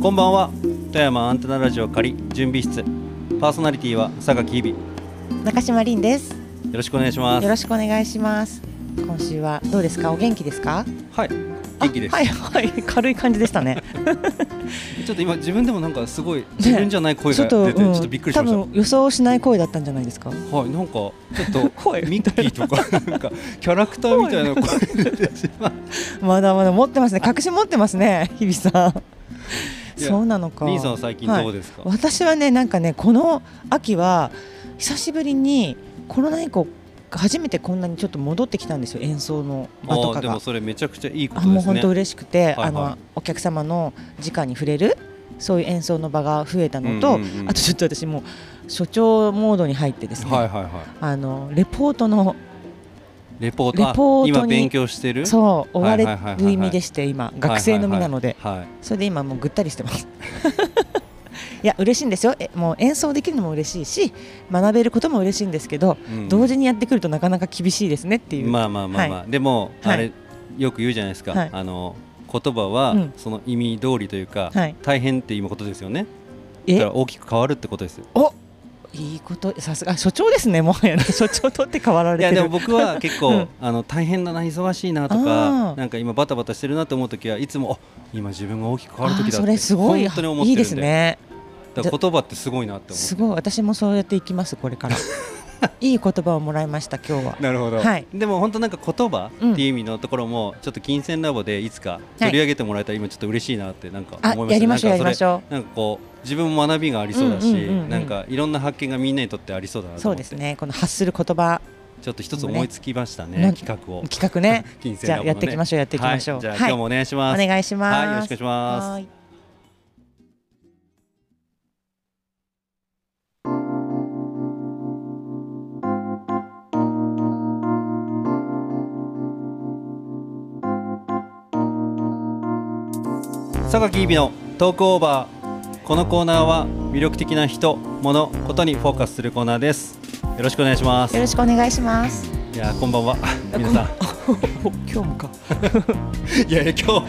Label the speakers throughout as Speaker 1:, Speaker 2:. Speaker 1: こんばんは富山アンテナラジオ仮準備室パーソナリティは榊日々よ
Speaker 2: 中島凛です。よ
Speaker 1: ろしくお願いします
Speaker 2: ろしくお願いします。今週はどうですか？お元気ですか？
Speaker 1: はい元気です、
Speaker 2: あはいはい、軽い感じでしたね。
Speaker 1: ちょっと今自分でもなんかすごい自分じゃない声が出て、ちょっとびっくりしました
Speaker 2: 多分予想しない声だったんじゃないですか？
Speaker 1: はいなんかちょっと
Speaker 2: 声
Speaker 1: ミッキーとか なんかキャラクターみたいな声出てしまう
Speaker 2: まだまだ持ってますね。隠し持ってますね、日比さん。
Speaker 1: いや
Speaker 2: そうなのか。
Speaker 1: 兄さんは最近どうですか、
Speaker 2: 私はねなんかねこの秋は久しぶりにコロナ以降初めてこんなにちょっと戻ってきたんですよ演奏の場と
Speaker 1: ああ
Speaker 2: か
Speaker 1: で
Speaker 2: が
Speaker 1: も。それめちゃくちゃいいこと
Speaker 2: あ
Speaker 1: ですね
Speaker 2: もう本当嬉しくて、
Speaker 1: いはい
Speaker 2: あのお客様の直に触れるそういう演奏の場が増えたのと、
Speaker 1: うんうんうん
Speaker 2: あとちょっと私もう所長モードに入ってですね、
Speaker 1: はいはいはい
Speaker 2: あのレポートの
Speaker 1: レポートあ
Speaker 2: レポートに
Speaker 1: 今勉強してるう
Speaker 2: そう追われ
Speaker 1: はいはいはいはいは
Speaker 2: る
Speaker 1: い
Speaker 2: 意味でして今学生の身なので、
Speaker 1: はいはいはい
Speaker 2: それで今もうぐったりしてます いや嬉しいんですよえもう演奏できるのも嬉しいし学べることも嬉しいんですけど、
Speaker 1: うん
Speaker 2: 同時にやってくるとなかなか厳しいですねっていう、
Speaker 1: まあまあまあまあ、でも、
Speaker 2: はい
Speaker 1: あれよく言うじゃないですか、
Speaker 2: はい
Speaker 1: あの言葉は
Speaker 2: うん
Speaker 1: その意味通りというか、
Speaker 2: はい
Speaker 1: 大変っていうことですよねだか
Speaker 2: え
Speaker 1: ら大きく変わるってことですい
Speaker 2: おいいことさすがあ所長ですねもはやね所長とって変わられて
Speaker 1: や
Speaker 2: る
Speaker 1: でも僕は結構、
Speaker 2: うん
Speaker 1: あの大変だな忙しいなと
Speaker 2: あ
Speaker 1: か
Speaker 2: ー
Speaker 1: なんか今バタバタしてるなと思う時はいつもあ今自分が大きく変わる時だって
Speaker 2: あーそれすごい
Speaker 1: 本当に思っ
Speaker 2: い
Speaker 1: て
Speaker 2: い
Speaker 1: る
Speaker 2: で
Speaker 1: んです
Speaker 2: ね
Speaker 1: 言葉ってすごいなって思
Speaker 2: す
Speaker 1: う
Speaker 2: ごい私もそうやっていきますこれからいい言葉をもらいました今日は
Speaker 1: なるほど、
Speaker 2: はい
Speaker 1: でも本当なんか言葉っていう意味のところも、ちょっと金銭ラボでいつか取り上げてもらえたら今ちょっと嬉しいなってなんか思いま
Speaker 2: あ
Speaker 1: した、
Speaker 2: やりましょうや
Speaker 1: なんかそれ
Speaker 2: りましょ
Speaker 1: なんかこう自分も学びがありそうだし、
Speaker 2: うんうんうんうん
Speaker 1: なんかいろんな発見がみんなにとってありそうだな
Speaker 2: う
Speaker 1: と
Speaker 2: そう
Speaker 1: 思っ
Speaker 2: で
Speaker 1: て
Speaker 2: すねこの発する言葉
Speaker 1: ちょっと一つ思いつきましたね
Speaker 2: ね
Speaker 1: 企画を
Speaker 2: 企画ね
Speaker 1: 金星
Speaker 2: じ
Speaker 1: ラボ
Speaker 2: ゃ
Speaker 1: の
Speaker 2: あ
Speaker 1: ね
Speaker 2: やっていきましょうやっていきましょう
Speaker 1: はい、じゃあ、
Speaker 2: はい
Speaker 1: 今日もお願いします
Speaker 2: お願いします
Speaker 1: はいよろしくお願いします
Speaker 2: はーい
Speaker 1: 榊伊美のトークオーバーこのコーナーは魅力的な人物ことにフォーカスするコーナーですよろしくお願いします
Speaker 2: よろしくお願いします
Speaker 1: いやーこんばんは皆さん
Speaker 2: お今日もか
Speaker 1: いやいや今日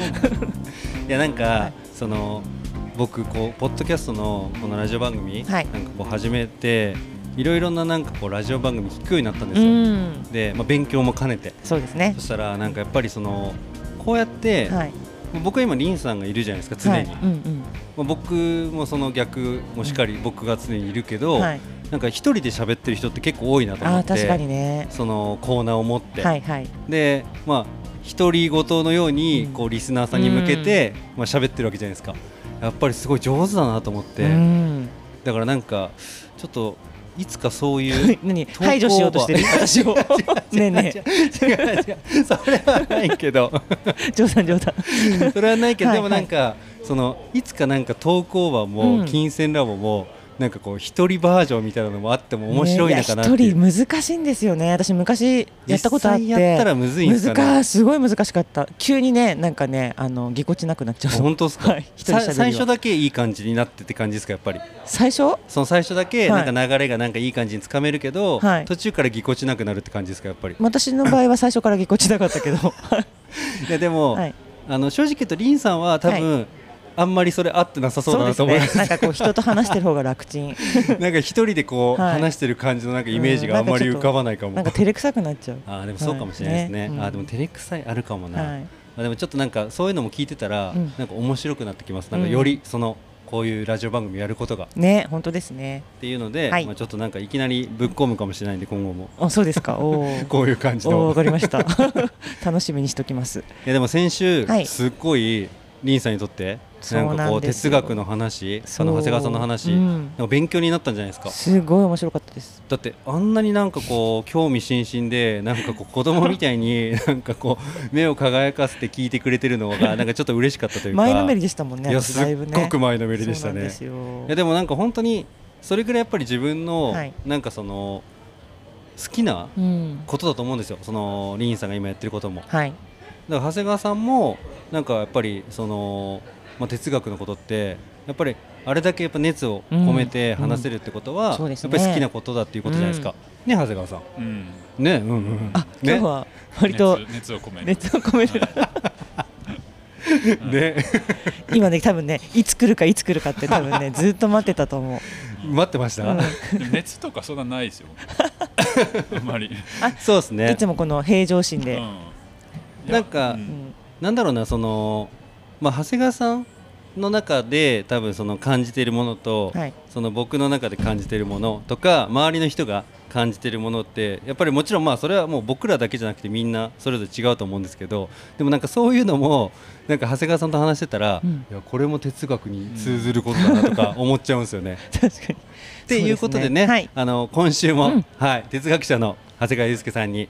Speaker 1: いやなんか、その僕こうポッドキャストのこのラジオ番組、
Speaker 2: はい
Speaker 1: なんかこう始めていろいろななんかこうラジオ番組聞くようになったんで
Speaker 2: う
Speaker 1: すよ。
Speaker 2: ん
Speaker 1: で、まあ、勉強も兼ねて
Speaker 2: そうですね
Speaker 1: そしたらなんかやっぱりそのこうやって、
Speaker 2: はい
Speaker 1: 僕は今リンさんがいるじゃないですか常に、
Speaker 2: はいうん
Speaker 1: まあ、僕もその逆もしっかり僕が常にいるけ
Speaker 2: う
Speaker 1: ど、
Speaker 2: んはい
Speaker 1: なんか一人で喋ってる人って結構多いなと
Speaker 2: あ
Speaker 1: 思
Speaker 2: あ
Speaker 1: って
Speaker 2: 確かにね
Speaker 1: そのコーナーを持って、
Speaker 2: はいはい
Speaker 1: でまあ独り言のように
Speaker 2: うん
Speaker 1: こうリスナーさんに向けて、まあ喋ってるわけじゃないですかやっぱりすごい上手だなと思って、
Speaker 2: うん
Speaker 1: だからなんかちょっといつかそう いう
Speaker 2: 何排除しようとしてる私をねえね え
Speaker 1: 違う違う違うそれはないけ ど
Speaker 2: 冗談冗談
Speaker 1: それはないけど
Speaker 2: はい
Speaker 1: でもなんか、そのいつかなんか投稿版も、
Speaker 2: うん
Speaker 1: 金銭ラボもなんかこう一人バージョンみたいなのもあっても面白いのかなって
Speaker 2: ね
Speaker 1: い、
Speaker 2: いうや一人難しいんですよね私昔やったことあっ
Speaker 1: 実際やったら
Speaker 2: て
Speaker 1: むずいんですかね
Speaker 2: 難しいすごい難しかった急にねなんかねあのぎこちなくなっちゃ
Speaker 1: あ
Speaker 2: う
Speaker 1: 本当ですか、
Speaker 2: はい一人喋り
Speaker 1: さ
Speaker 2: は
Speaker 1: 最初だけいい感じになってって感じですかやっぱり
Speaker 2: 最初
Speaker 1: その最初だけ
Speaker 2: は
Speaker 1: ないんか流れがなんかいい感じにつかめるけど、
Speaker 2: はい
Speaker 1: 途中からぎこちなくなるって感じですかやっぱり。
Speaker 2: 私の場合は最初からぎこちなかったけど
Speaker 1: いやでも、
Speaker 2: はい
Speaker 1: あの正直言うとリンさんは多分、あんまりそれ合ってなさそうだなと思い
Speaker 2: で
Speaker 1: ますす。
Speaker 2: なんかこう人と話してる方が楽 ちん
Speaker 1: なんか一人でこう、
Speaker 2: はい
Speaker 1: 話してる感じのなんかイメージがあんまり浮かばないかも。
Speaker 2: なんか照れくさくなっちゃう
Speaker 1: あーでもそうかもしれないですね。
Speaker 2: はいねうん
Speaker 1: あーでも照れくさいあるかもな。
Speaker 2: は
Speaker 1: ま
Speaker 2: い
Speaker 1: あでもちょっとなんかそういうのも聞いてたら、
Speaker 2: うん
Speaker 1: なんか面白くなってきます。なんかよりその、こういうラジオ番組やることがっ
Speaker 2: ね本当ですね
Speaker 1: ていうので、
Speaker 2: はい
Speaker 1: まあちょっとなんかいきなりぶっ込むかもしれないんで今後も
Speaker 2: あそうですかおー
Speaker 1: こういう感じ
Speaker 2: おー
Speaker 1: の
Speaker 2: わかりました 楽しみにしときます
Speaker 1: いやでも先週、
Speaker 2: はい
Speaker 1: すっごいリンさんにとって
Speaker 2: そう
Speaker 1: なんかこ
Speaker 2: な
Speaker 1: うん
Speaker 2: です
Speaker 1: 哲
Speaker 2: よ
Speaker 1: 学の話その
Speaker 2: そう
Speaker 1: 長谷川さんの話、
Speaker 2: うん
Speaker 1: なんか勉強になったんじゃないですか
Speaker 2: すごい面白かったです
Speaker 1: だってあんなになんかこう興味津々でなんかこう子供みたい になんかこう目を輝かせて聞いてくれてるのがなんかちょっと嬉しかったというか
Speaker 2: 前のめりでしたもんね
Speaker 1: いや
Speaker 2: 私
Speaker 1: す
Speaker 2: だ
Speaker 1: っ
Speaker 2: いぶね
Speaker 1: ごく前のめりでした
Speaker 2: そうなん
Speaker 1: ね
Speaker 2: ですよ
Speaker 1: いやでもなんか本当にそれぐらいやっぱり自分の、
Speaker 2: はい
Speaker 1: なんかその好きな
Speaker 2: うん
Speaker 1: ことだと思うんですよそのリンさんが今やってることも
Speaker 2: はい
Speaker 1: だから長谷川さんもなんかやっぱりその、まあ、哲学のことってやっぱりあれだけやっぱ熱を込めて
Speaker 2: うん
Speaker 1: 話せるってことは、
Speaker 2: うんそうで
Speaker 1: やっ
Speaker 2: す
Speaker 1: ぱ
Speaker 2: ね
Speaker 1: り好きなことだっていうことじゃないですか、ね長谷川さん
Speaker 3: うん、
Speaker 1: ねうんうん
Speaker 2: あ、
Speaker 1: ね
Speaker 2: 今日は割と
Speaker 3: 熱熱を込める
Speaker 2: 熱を込める。
Speaker 1: ね、
Speaker 2: 今ね多分ねいつ来るかいつ来るかって多分ねずっと待ってたと思う、
Speaker 1: 待ってました、
Speaker 2: うん
Speaker 3: でも 熱とかそんなないです よあんまり、
Speaker 1: そうですね
Speaker 2: いつもこの平常心
Speaker 3: うん
Speaker 2: で、
Speaker 3: いや
Speaker 1: なんか
Speaker 3: う
Speaker 2: うんん
Speaker 1: なんだろうなその、まあ、長谷川さんの中で多分その感じているものと、
Speaker 2: はい
Speaker 1: その僕の中で感じているものとか周りの人が感じているものってやっぱりもちろんまあそれはもう僕らだけじゃなくてみんなそれぞれ違うと思うんですけどでもなんかそういうのもなんか長谷川さんと話してたら、
Speaker 2: うん
Speaker 1: いやこれも哲学に通ずることだなとか思っちゃうんですよね。
Speaker 2: 確かに
Speaker 1: っていうことでね
Speaker 2: そうすはい、
Speaker 1: あの今週も、
Speaker 2: うん
Speaker 1: はい、哲学者の長谷川祐介さんに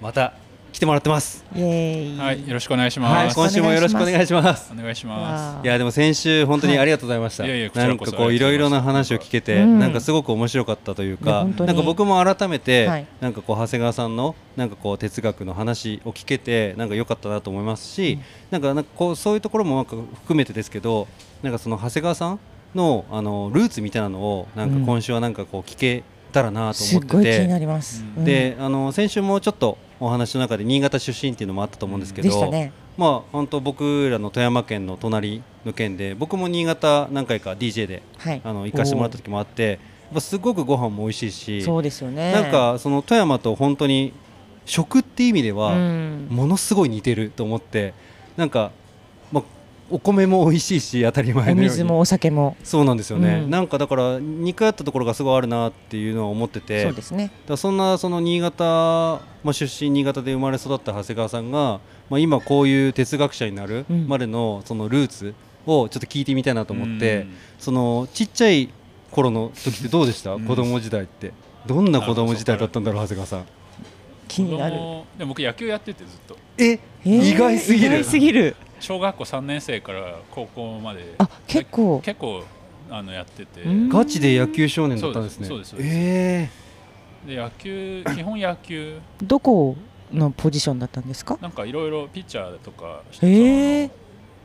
Speaker 1: また来てもらってます。
Speaker 2: イエーイ、
Speaker 3: はいよろしくお願いし
Speaker 1: はい、
Speaker 3: ます、
Speaker 1: 今週もよろしくお願いします。
Speaker 3: お願いします
Speaker 2: わあ
Speaker 1: いやでも先週本当にありがとうございました。
Speaker 3: はいいやいやこち
Speaker 1: な
Speaker 3: ら
Speaker 1: ん
Speaker 3: こ
Speaker 1: か
Speaker 3: そ
Speaker 1: こういろいろな話を聞けて、
Speaker 2: うん
Speaker 1: なんかすごく面白かったという
Speaker 2: いや
Speaker 1: か、
Speaker 2: 本当に
Speaker 1: なんか僕も改めて、
Speaker 2: はい
Speaker 1: なんかこう長谷川さんのなんかこう哲学の話を聞けてなんか良かったなと思いますし、なんかなんかこうそういうところもなんか含めてですけど、なんかその長谷川さんのあのルーツみたいなのをなんか今週はなんかこう聞けたらなと
Speaker 2: す
Speaker 1: 思
Speaker 2: っ
Speaker 1: ってて。
Speaker 2: ごい気になります、
Speaker 3: うん
Speaker 1: で、あの先週もちょっとお話の中で新潟出身っていうのもあったと思うんです
Speaker 2: う
Speaker 1: け
Speaker 2: ん
Speaker 1: ど、
Speaker 2: でしたね
Speaker 1: まあ本当僕らの富山県の隣の県で僕も新潟何回か DJ で
Speaker 2: はい
Speaker 1: あの行かしてもらった時もあってやっぱすごくご飯も美味しいし、
Speaker 2: そうですよね
Speaker 1: なんかその富山と本当に食って意味で
Speaker 2: う
Speaker 1: は
Speaker 2: ん
Speaker 1: ものすごい似てると思ってなんか、まあ、お米も美味しいし当たり前の
Speaker 2: お
Speaker 1: ように
Speaker 2: 水もお酒も
Speaker 1: そうなんですよね、
Speaker 2: うん
Speaker 1: なんかだから似通ったところがすごいあるなっていうのは思ってて
Speaker 2: そうですね
Speaker 1: だからそんなその新潟、まあ、出身新潟で生まれ育った長谷川さんが、まあ、今こういう哲学者になる
Speaker 2: うん
Speaker 1: までのそのルーツをちょっと聞いてみたいなと思って、
Speaker 3: うん
Speaker 1: そのちっちゃい頃の時ってどうでした、
Speaker 3: うん
Speaker 1: 子供時代ってどんな子供時代だったんだろう長谷川さん
Speaker 2: 気になる
Speaker 3: 子供でも僕野球やっててずっと
Speaker 1: え、
Speaker 2: えー
Speaker 1: 意外すぎ
Speaker 2: 意
Speaker 1: る
Speaker 2: 外すぎる
Speaker 3: 小学校3年生から高校まで
Speaker 2: あ結構
Speaker 3: 結構あのやってて
Speaker 2: うん
Speaker 1: ガチで野球少年だったんですね
Speaker 3: そうですそうです
Speaker 1: え
Speaker 3: で野球基本野球
Speaker 2: どこのポジションだったんですか
Speaker 3: なんかいろいろピッチャーとかして
Speaker 2: えー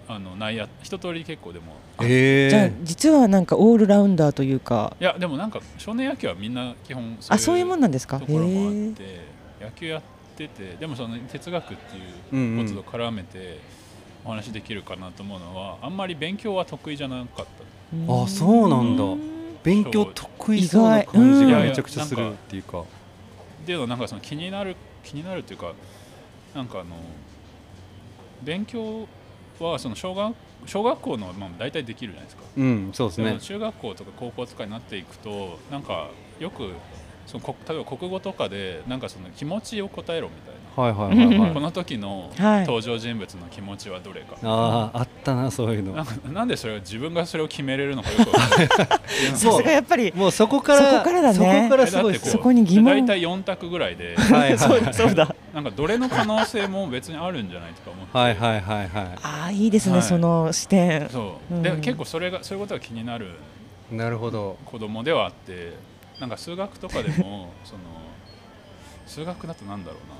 Speaker 3: あの内野一通り結構でも
Speaker 1: ー、え
Speaker 2: じゃあ実はなんかオールラウンダーというか
Speaker 3: いやでもなんか少年野球はみんな基本そう
Speaker 2: あそういうもんなんですか
Speaker 3: と
Speaker 2: へ
Speaker 3: ころもあっ
Speaker 2: え
Speaker 3: て野球やっててでもその哲学って
Speaker 1: う
Speaker 3: い
Speaker 1: ん
Speaker 3: う
Speaker 1: うん
Speaker 3: ことと絡めてお話できるかなと思うのはあんまり勉強は得意じゃなかっ
Speaker 1: あそうなんだ勉強得意そうな感じ
Speaker 2: 意
Speaker 1: が
Speaker 2: 外うん
Speaker 1: めちゃくちゃするっていうか
Speaker 3: たでなんかその気になる気になるというかなんかあの勉強はその小学小学校のまあ大体できるじゃないですか
Speaker 1: うんそうです
Speaker 3: でも
Speaker 1: ね
Speaker 3: 中学校とか高校とかになっていくとなんかよくそのこ例えば国語とかでなんかその気持ちを答えろみたいな
Speaker 1: はいはいはいはい
Speaker 3: この時の
Speaker 2: はい
Speaker 3: 登場人物の気持ちはどれか、
Speaker 1: あああったなそう いうの
Speaker 3: なんかなんでそれを自分がそれを決めれるのかよく分かんない
Speaker 2: さすがやっぱり
Speaker 1: もう そこから
Speaker 2: そこからだね
Speaker 1: そこからす
Speaker 3: だ
Speaker 1: ご
Speaker 3: っ
Speaker 1: い
Speaker 3: て
Speaker 1: で
Speaker 3: こ
Speaker 1: す
Speaker 3: う
Speaker 2: そこに疑問
Speaker 3: 大体4択ぐらいで
Speaker 1: はいはいはい
Speaker 2: そうだ
Speaker 3: なんかどれの可能性も別にあるんじゃないとか思って
Speaker 1: はいはいはいは
Speaker 2: あーいいですね、
Speaker 3: はい
Speaker 2: その視点
Speaker 3: そう、
Speaker 2: うん
Speaker 3: で結構それがそういうことが気になる
Speaker 1: いなるほど
Speaker 3: 子供ではあってなんか数学とかでも その数学だとなんだろうな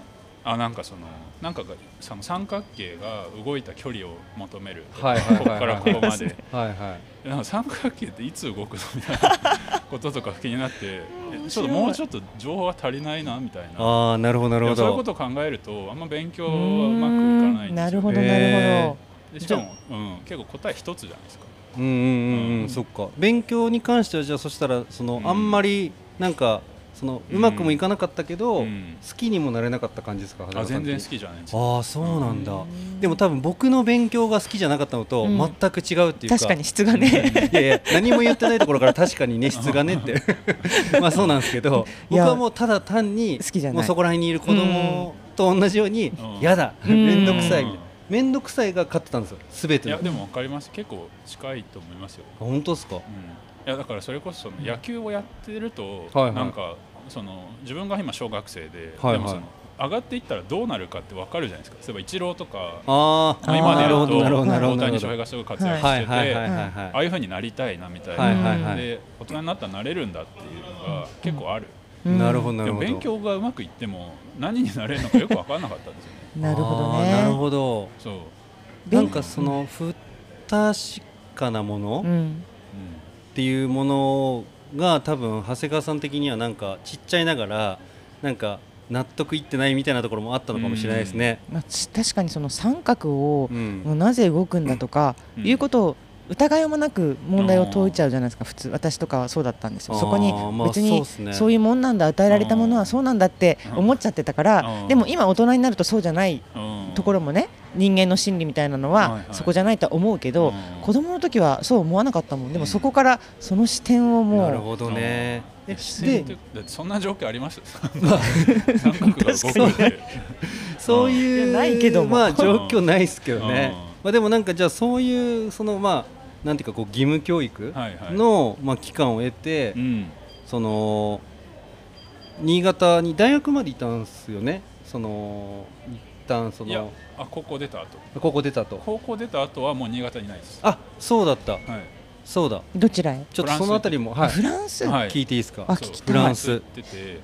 Speaker 3: あなんかそのなんかがその三角形が動いた距離を求める、
Speaker 1: はいはいはい
Speaker 3: ここからここまで、
Speaker 1: はいはい
Speaker 3: なんか三角形っていつ動くのみたいなこととか気に なって
Speaker 2: 面白い
Speaker 3: えちょっともうちょっと情報が足りないなみたいな
Speaker 1: ああなるほどなるほ
Speaker 3: そういう
Speaker 1: ど
Speaker 3: ことを考えるとあんま勉強
Speaker 2: う
Speaker 3: は
Speaker 2: ー
Speaker 3: うまくいかないんですよ
Speaker 2: なるほどなるほど、
Speaker 1: え
Speaker 3: でしかも、うん、結構答え一つじゃないですか
Speaker 1: うんうんうんう
Speaker 3: うんん
Speaker 1: そっか勉強に関してはじゃあそしたらその
Speaker 3: うん
Speaker 1: あんまりなんかその
Speaker 3: うん
Speaker 1: うまくもいかなかったけど
Speaker 3: う
Speaker 1: 好
Speaker 3: ん
Speaker 1: きにもなれなかった感じですか
Speaker 3: あ全然好
Speaker 1: き
Speaker 3: きじゃないんですよ
Speaker 1: ああそうなんだ
Speaker 2: うん
Speaker 1: でも多分僕の勉強が好きじゃなかったのと
Speaker 2: うん
Speaker 1: 全く違うっていうか
Speaker 2: 確かに質がね
Speaker 1: いやいや何も言ってないところから確かにね質がねって まあそうなんですけど
Speaker 2: い
Speaker 1: 僕
Speaker 2: や
Speaker 1: はもうただ単に
Speaker 2: 好きじゃない
Speaker 1: もうそこら辺にいる子供と同じように
Speaker 3: うん
Speaker 1: やだ
Speaker 2: うん
Speaker 1: 面倒くさい
Speaker 3: うん
Speaker 1: みたいな面倒くさいが勝ってたんですよすべて
Speaker 3: い
Speaker 1: の
Speaker 3: や
Speaker 1: あ
Speaker 3: でも分かります結構近いと思いますよ、
Speaker 1: 本当ですか
Speaker 3: うん、いやだからそれこそその野球をやってると、
Speaker 1: はいはい
Speaker 3: なんかその自分が今小学生で、
Speaker 1: はいはい
Speaker 3: でもその上がっていったらどうなるかって分かるじゃないですか例えばイチローとか
Speaker 1: あ
Speaker 2: あ
Speaker 1: あ
Speaker 2: ー
Speaker 3: 今で
Speaker 1: な
Speaker 3: や
Speaker 1: るほ
Speaker 3: る
Speaker 1: どなるほどなる
Speaker 3: と
Speaker 1: ほ
Speaker 3: 大
Speaker 1: どなる
Speaker 3: 谷
Speaker 1: ほ
Speaker 3: 翔
Speaker 1: ど
Speaker 3: 平がすごい活躍し
Speaker 1: はい
Speaker 3: てて、
Speaker 1: はいはいはい
Speaker 3: あ
Speaker 1: は
Speaker 3: あいうふうになりたいなみたいな、
Speaker 1: はい
Speaker 2: はいはい
Speaker 3: で大人になったらなれるんだっていうのが結構ある、
Speaker 1: いなるほど
Speaker 2: ど
Speaker 1: な
Speaker 3: で
Speaker 1: る
Speaker 3: も
Speaker 1: ほど
Speaker 3: 勉強がうまくいっても何になれるのかよく分からなかったんですよ ね
Speaker 2: なるほど
Speaker 1: あ
Speaker 2: ね
Speaker 1: ーなるほど
Speaker 3: そう、
Speaker 2: 勉
Speaker 1: なんかその不確かなもの
Speaker 2: うん
Speaker 3: うん
Speaker 1: っていうものが多分長谷川さん的にはなんかちっちゃいながらなんか納得いってないみたいなところもあったのかもしれないですね。
Speaker 2: まあ、つ確かにその三角を
Speaker 1: う、ん
Speaker 2: もうなぜ動くんだとか、
Speaker 3: うん
Speaker 2: いうことを疑いもなく問題を解いちゃうじゃないですか普通私とかはそうだったんですよそこに
Speaker 1: あーまあ
Speaker 2: 別
Speaker 1: そう
Speaker 2: に
Speaker 1: っすね
Speaker 2: そういうもんなんだ与えられたものはそうなんだって思っちゃってたか
Speaker 3: う
Speaker 2: ら
Speaker 3: ん
Speaker 2: でも今大人になるとそうじゃない
Speaker 3: うん
Speaker 2: ところもね人間の心理みたいなの
Speaker 3: はい
Speaker 2: は
Speaker 3: はい
Speaker 2: そこじゃないとは思うけど
Speaker 3: うん
Speaker 2: 子供の時はそう思わなかったもんで
Speaker 3: う
Speaker 2: も
Speaker 3: ん
Speaker 2: そこからその視点を
Speaker 1: なる
Speaker 2: も
Speaker 1: ほどね。
Speaker 3: うん
Speaker 1: え
Speaker 3: いや視線っ
Speaker 1: で
Speaker 3: てだってそんな状況あります 三角が動くって
Speaker 1: そういう
Speaker 2: いやないけども
Speaker 1: まあ状況ないですけどね
Speaker 3: うん。
Speaker 1: まあでもなんかじゃあそういうそのまあなんていうかこう義務教育
Speaker 3: はいはい
Speaker 1: のまあ期間を得て
Speaker 3: うん
Speaker 1: その新潟に大学までいたんですよね。その一旦そ
Speaker 3: いや
Speaker 1: の
Speaker 3: あ高校出た後
Speaker 1: ここ出たと。
Speaker 3: 高校出た後はもう新潟にないです
Speaker 1: あそうだった
Speaker 3: はい
Speaker 1: そうだ。
Speaker 2: うどちらへ
Speaker 1: ちょっとそのあたりもはい
Speaker 2: フランスは
Speaker 3: はい
Speaker 1: 聞いていいですか。
Speaker 2: あ
Speaker 3: そう
Speaker 2: 聞きたい
Speaker 1: フランス
Speaker 3: 行ってて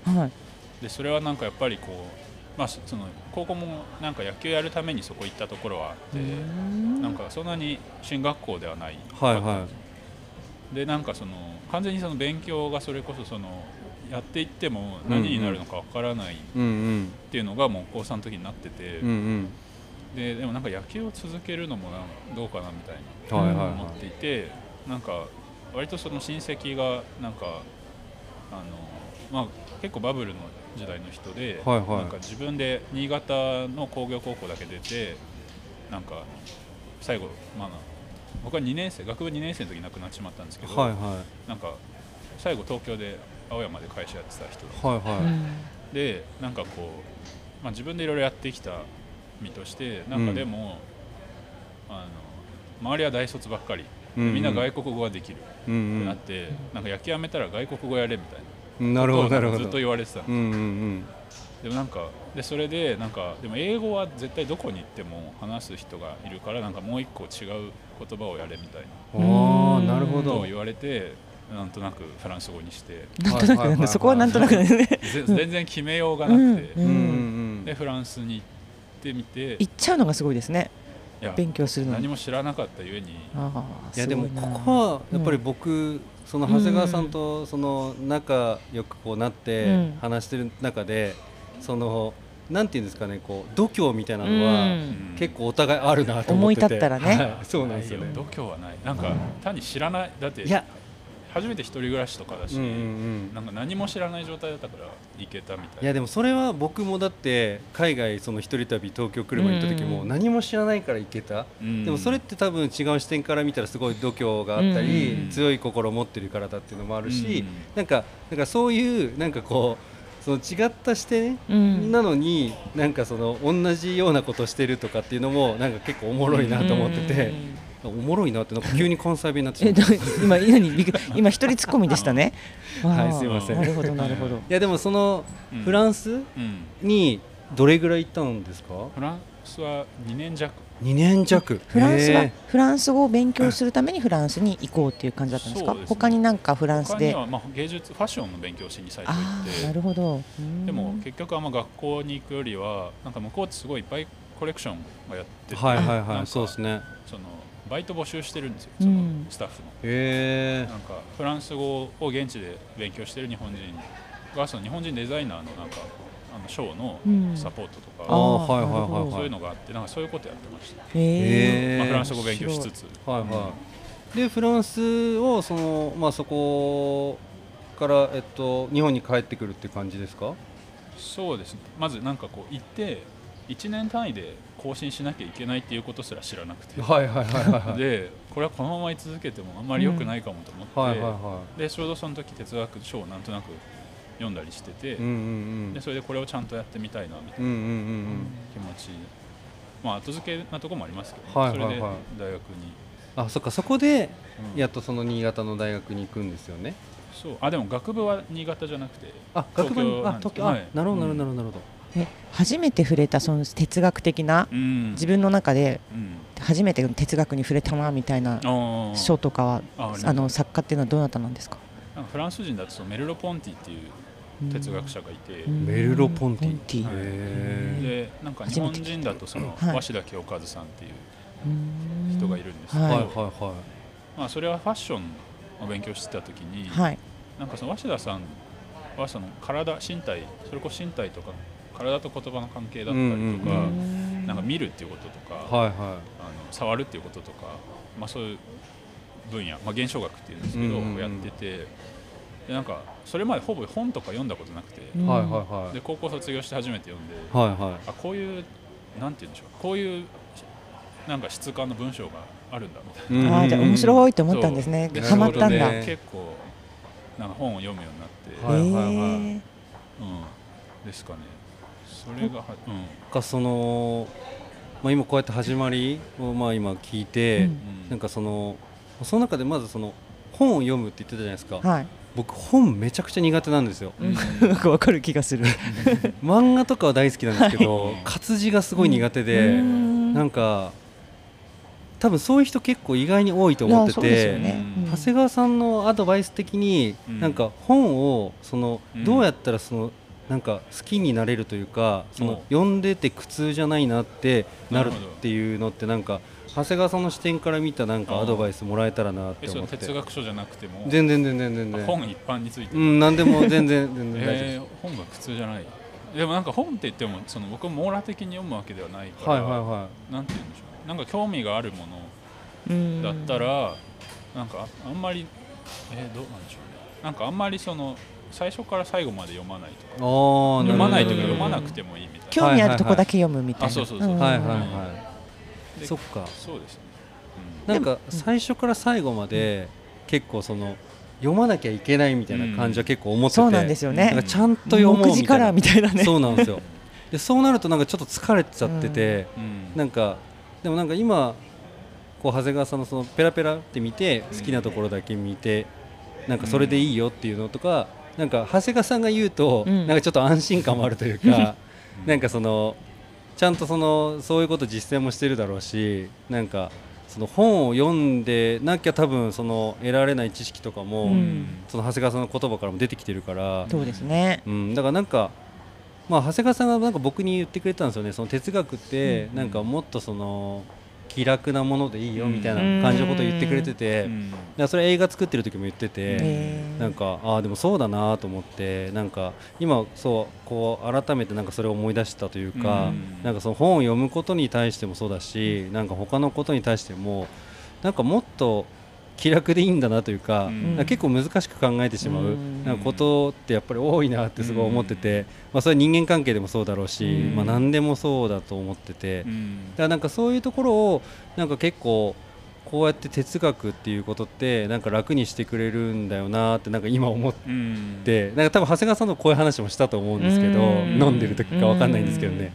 Speaker 3: でそれはなんかやっぱりこうまあそその高校もなんか野球やるためにそこ行ったところはあ
Speaker 2: い
Speaker 3: ってなんかそんなに進学校ではない
Speaker 1: はいは
Speaker 3: でなんかその完全にその勉強がそれこそそのやっていっても
Speaker 1: うん
Speaker 3: 何になるのかわからないっ
Speaker 1: い。うん
Speaker 3: ていうのがもう高3の時になってて、
Speaker 1: うんうん
Speaker 3: ででもなんか野球を続けるのもなんどうかなみたい
Speaker 1: うん。はいはい
Speaker 3: な思
Speaker 1: は
Speaker 3: っていて、なんか割とその親戚がなんかあの、まあ、結構バブルの時代の人で、
Speaker 1: はいはい
Speaker 3: なんか自分で新潟の工業高校だけ出てなんか最後、まあ、僕は2年生学部2年生の時亡くなっちまったんですけ
Speaker 1: い
Speaker 3: ど、
Speaker 1: はいは
Speaker 3: なんか最後東京で青山で会社やってた人
Speaker 1: いはいは
Speaker 3: でなんかこう、まあ、自分でいろいろやってきた身としてなんかでも、あの周りは大卒ばっかり、
Speaker 1: い。
Speaker 3: みんな
Speaker 1: 外
Speaker 3: 外国語ができるっ
Speaker 1: う
Speaker 3: て
Speaker 1: ん
Speaker 3: なって、なんか野球やめたら外国語やれみたい
Speaker 1: うん。
Speaker 3: な
Speaker 1: なるほどなる
Speaker 3: こと
Speaker 1: ほ
Speaker 3: をずっと
Speaker 1: ど。
Speaker 3: 言われてたの、
Speaker 1: うんうんうん。
Speaker 3: でもなんかでそれでなんかでも英語は絶対どこに行っても話す人がいるからなんかもう一個違う言葉をやれみたいな
Speaker 1: ああ
Speaker 2: うん
Speaker 1: なるほ
Speaker 3: こと
Speaker 1: ど
Speaker 3: を。言われてなんとなくフランス語にして
Speaker 2: なんとなくなんだそこはなんとなくだね
Speaker 3: ぜ全然決めようがなくて、
Speaker 2: うん
Speaker 1: うんう
Speaker 3: で
Speaker 1: ん
Speaker 3: フランスに行ってみてい
Speaker 2: 行っちゃうのがすごいですね
Speaker 3: や
Speaker 2: 勉強するの
Speaker 3: 何も知らなかったゆえに
Speaker 2: あー
Speaker 1: いや
Speaker 2: す
Speaker 1: で
Speaker 2: ご
Speaker 1: も
Speaker 2: いな
Speaker 1: ここはやっぱり僕その長谷川さんとその仲良くこうなっ
Speaker 2: う
Speaker 1: て
Speaker 2: ん
Speaker 1: 話してる中でそのなんていうんですかねこう度胸みたいな
Speaker 2: う
Speaker 1: のは
Speaker 2: ん
Speaker 1: 結構お互いあるなと思ってて
Speaker 2: 思い立ったらね
Speaker 1: はい そうなんですよね
Speaker 3: ない度胸はないなんか単に知らないだって
Speaker 1: いや
Speaker 3: 初めて一人暮らしとかだし、
Speaker 1: うんうんうん
Speaker 3: なんか何も知らない状態だったから行けたみた
Speaker 1: い
Speaker 3: いな
Speaker 1: やでもそれは僕もだって海外その一人旅東京来る前行った時
Speaker 2: うんう
Speaker 1: も
Speaker 2: ん
Speaker 1: 何も知らないから行けた、
Speaker 3: うん
Speaker 1: でもそれって多分違う視点から見たらすごい度胸があったり、
Speaker 3: うん
Speaker 1: 強い心を持ってるからだっていうのもあるし、
Speaker 3: うん
Speaker 1: なんかなんかそういうなんかこうその違った視点
Speaker 2: うん
Speaker 1: なのに、なんかその同じようなことしてるとかっていうのもなんか結構おもろいなと思ってて、おもろいなってなんか急に関西弁になってしま
Speaker 2: え
Speaker 1: っ
Speaker 2: ど
Speaker 1: た。
Speaker 2: う今何びっくり今一人ツッコミでしたね。
Speaker 1: はい
Speaker 2: あー
Speaker 1: すいません
Speaker 2: なるほどなるほど。
Speaker 1: いやでもその
Speaker 3: うん
Speaker 1: フランス
Speaker 3: うん
Speaker 1: にどれぐらい行ったんですか、
Speaker 3: フランスは2年弱
Speaker 1: 2年弱
Speaker 2: フランス
Speaker 1: へ
Speaker 2: は
Speaker 1: え
Speaker 2: フランス語を勉強するためにフランスに行こうっていう感じだったんですか。
Speaker 3: そうですね
Speaker 2: 他になんかフランス
Speaker 3: 他に
Speaker 2: で。
Speaker 3: はまあ芸術ファッションの勉強しに最初行
Speaker 2: ああ
Speaker 3: っ
Speaker 2: な
Speaker 3: て
Speaker 2: るほど。うん
Speaker 3: でも結局あんま学校に行くよりはなんか向こうってすごいいっぱいコレクションがやってて、
Speaker 1: はいはい
Speaker 3: な
Speaker 1: は
Speaker 3: んか
Speaker 1: いそうですね
Speaker 3: そのバイト募集してるんですよ、
Speaker 2: うん
Speaker 3: そのスタッフの。
Speaker 1: へ
Speaker 3: なんかフランス語を現地で勉強してる日本人がその日本人デザイナーのなんかあのショーの
Speaker 2: うん
Speaker 3: サポートと
Speaker 1: あ
Speaker 3: か、
Speaker 1: ーはい
Speaker 2: あー
Speaker 1: は
Speaker 2: なる
Speaker 1: い
Speaker 2: ほど
Speaker 3: そう
Speaker 1: はいいうは
Speaker 3: のがあってなんかそういうことやってました、
Speaker 2: へえ。
Speaker 1: へえ
Speaker 3: まあ、フランス語を勉強しつつ、
Speaker 1: いはいはいでフランスをそのまあそこからえっと日本に帰ってくるっていう感じですか
Speaker 3: そうですねまずなんかこう行って1年単位で更新しなきゃいけないっていうことすら知らなくて、
Speaker 1: はいはいはいはい
Speaker 3: でこれはこのまま居続けてもあんまり良くないかもと思って、
Speaker 1: はいはいは
Speaker 3: でちょうどその時哲学書をなんとなく読んだりしてて、
Speaker 1: いうんうん
Speaker 3: でそれでこれをちゃんとやってみたいなみたいな
Speaker 1: うんうんうんうん
Speaker 3: 気持ち、まあ、後付けなところもありますけどね、
Speaker 1: はいはいはい
Speaker 3: それで大学に、
Speaker 1: あそっかそこで
Speaker 3: うん
Speaker 1: やっとその新潟の大学に行くんですよね
Speaker 3: そうあでも学部は新潟じゃなくて
Speaker 1: あ学部にあ
Speaker 3: 東
Speaker 1: 東
Speaker 3: 京
Speaker 1: 京
Speaker 3: な
Speaker 1: あ
Speaker 3: んです
Speaker 1: なるほどな
Speaker 3: は
Speaker 1: る
Speaker 3: い
Speaker 1: ほどなるほど
Speaker 2: え初めて触れたその哲学的な
Speaker 3: うん
Speaker 2: 自分の中で
Speaker 3: うん
Speaker 2: 初めて哲学に触れたなみたいな
Speaker 3: あー
Speaker 2: 書とかは
Speaker 3: ああります
Speaker 2: あの作家っていうのはどなたなんですか。
Speaker 3: なんかフランス人だとそのメルロ・ポンティっていう哲学者がいて、
Speaker 2: うん
Speaker 1: メルロポンティ
Speaker 2: ポンティ
Speaker 1: へえ
Speaker 3: でなんか日本人だとその
Speaker 2: 初めて聞いたはい
Speaker 3: 鷲田清和さんっていう
Speaker 2: うん
Speaker 3: 人がいるんですけど、
Speaker 2: うん
Speaker 1: はい
Speaker 2: は
Speaker 1: はいは
Speaker 3: まあ、それはファッションを勉強してた時に、
Speaker 2: はい。
Speaker 3: なんかその鷲田さんはその体身体それこそ身体とか体と言葉の関係だったりとか、
Speaker 1: うんう
Speaker 3: なんか見るっていうこととか、
Speaker 1: はいは
Speaker 3: あの触るっていうこととか、まあ、そういう分野、まあ、現象学っていうんですけど、
Speaker 1: うんうんうん
Speaker 3: やっててでなんかそれまでほぼ本とか読んだことなくて、
Speaker 2: うん
Speaker 1: いはいはい
Speaker 3: で高校卒業して初めて読んで、
Speaker 1: はいはいはい
Speaker 3: あこういうなんて言うんでしょうこういうなんか質感の文章があるんだみたいな。
Speaker 1: うんうんうん
Speaker 2: あーじゃあ面白いと思ったんですね
Speaker 3: そ
Speaker 1: で
Speaker 3: う
Speaker 2: ハマったん
Speaker 1: なる
Speaker 2: だ、
Speaker 1: ほどね
Speaker 3: 結構なんか本を読むようになって、
Speaker 1: はいはいはい
Speaker 2: え
Speaker 3: うん、ですかねそれがは、うんうん
Speaker 1: なんかその、まあ、今こうやって始まりをまあ今聞いて、
Speaker 2: うん
Speaker 1: なんかそのその中でまずその本を読むって言ってたじゃないですか
Speaker 2: ーはい
Speaker 1: 僕本めちゃくちゃ苦手なんですよ
Speaker 2: なんかわかる気がする
Speaker 1: 漫画とかは大好きなんですけど、
Speaker 3: はい
Speaker 1: 活字がすごい苦手で、
Speaker 2: うん
Speaker 1: なんか多分そういう人結構意外に多いと思って
Speaker 2: いやそうです
Speaker 1: て、
Speaker 2: よねうん
Speaker 1: 長谷川さんのアドバイス的に、
Speaker 3: うん
Speaker 1: なんか本をその
Speaker 3: うん
Speaker 1: どうやったらそのなんか好きになれるというかそ
Speaker 3: お
Speaker 1: の読んでて苦痛じゃないなってなるっ
Speaker 3: なるほど
Speaker 1: ていうのってなんか長谷川さんの視点から見たなんか
Speaker 3: あー
Speaker 1: アドバイスもらえたらなっ
Speaker 3: え
Speaker 1: て
Speaker 3: そ
Speaker 1: 思
Speaker 3: の
Speaker 1: って
Speaker 3: 哲学書じゃなくても
Speaker 1: 全然全然全
Speaker 3: あ
Speaker 1: 然
Speaker 3: 本一般について、
Speaker 1: うん何でも全然全然大丈夫です、
Speaker 3: えー本が苦痛じゃないでもなんか本って言ってもその僕も網羅的に読むわけではないから、
Speaker 1: はいはいは
Speaker 3: なんて言うんでしょうなんか興味があるも
Speaker 2: うん
Speaker 3: のだったら、なんかあんまりえーどうなんでしょうねなんかあんまりその最初から最後まで読まないとか
Speaker 1: いあーる
Speaker 3: 読
Speaker 1: ほど
Speaker 3: まないというか
Speaker 2: ん
Speaker 3: 読まなくてもいいみたいな
Speaker 2: 興味あるとこだけ読むみたいな、
Speaker 3: はいはいはいあそうそうそうん
Speaker 1: はいはいはい
Speaker 3: で
Speaker 1: そっか
Speaker 3: そうですね、うん
Speaker 1: なんか最初から最後まで結構その読まなきゃいけないみたいな感じは結構思ってて、
Speaker 2: そうなんですよ
Speaker 1: なん
Speaker 2: ね
Speaker 1: かちゃんと読もう
Speaker 2: 目
Speaker 1: み
Speaker 2: 次
Speaker 1: た
Speaker 2: か
Speaker 1: いな
Speaker 2: らみたいなね
Speaker 1: そうなんですよでそうなるとなんかちょっと疲れちゃってて、
Speaker 3: うん
Speaker 1: なんかでもなんか今こう長谷川さんのそのペラペラって見て好きなところだけ見てなんかそれでいいよっていうのとか、なんか長谷川さんが言うと、
Speaker 2: うん
Speaker 1: なんかちょっと安心感もあるというか なんかそのちゃんとそのそういうこと実践もしてるだろうしなんかその本を読んでなきゃ多分その得られない知識とかも、
Speaker 2: う
Speaker 3: うんん
Speaker 1: その長谷川さんの言葉からも出てきてるから、
Speaker 2: そうですね
Speaker 1: うん、だからなんか、まあ、長谷川さんがなんか僕に言ってくれたんですよねその哲学って
Speaker 3: うん
Speaker 1: なんかもっとその気楽なものでいいよ
Speaker 3: うん
Speaker 1: みたいな感じのことを言ってくれてて、だからそれ映画作ってる時も言ってて、
Speaker 2: へー
Speaker 1: なんかああでもそうだなと思ってなんか今そうこう改めてなんかそれを思い出したというか、
Speaker 3: うん
Speaker 1: なんかその本を読むことに対してもそうだし、なんか他のことに対してもなんかもっと気楽でいいんだなというか、
Speaker 3: うん
Speaker 1: なんか結構難しく考えてしまう、
Speaker 2: うん
Speaker 1: なんかことってやっぱり多いなってすごい思ってて、まあ、それは人間関係でもそうだろうし、
Speaker 2: うん
Speaker 1: まあ、何でもそうだと思ってて、だ
Speaker 3: う
Speaker 1: か
Speaker 3: ん
Speaker 1: らなんかそういうところをなんか結構こうやって哲学っていうことってなんか楽にしてくれるんだよなってなんか今思っ
Speaker 3: うん
Speaker 1: てなんか多分長谷川さんのこういう話もしたと思うんですけど、
Speaker 2: うん
Speaker 1: 飲んでる時かわかんないんですけどね、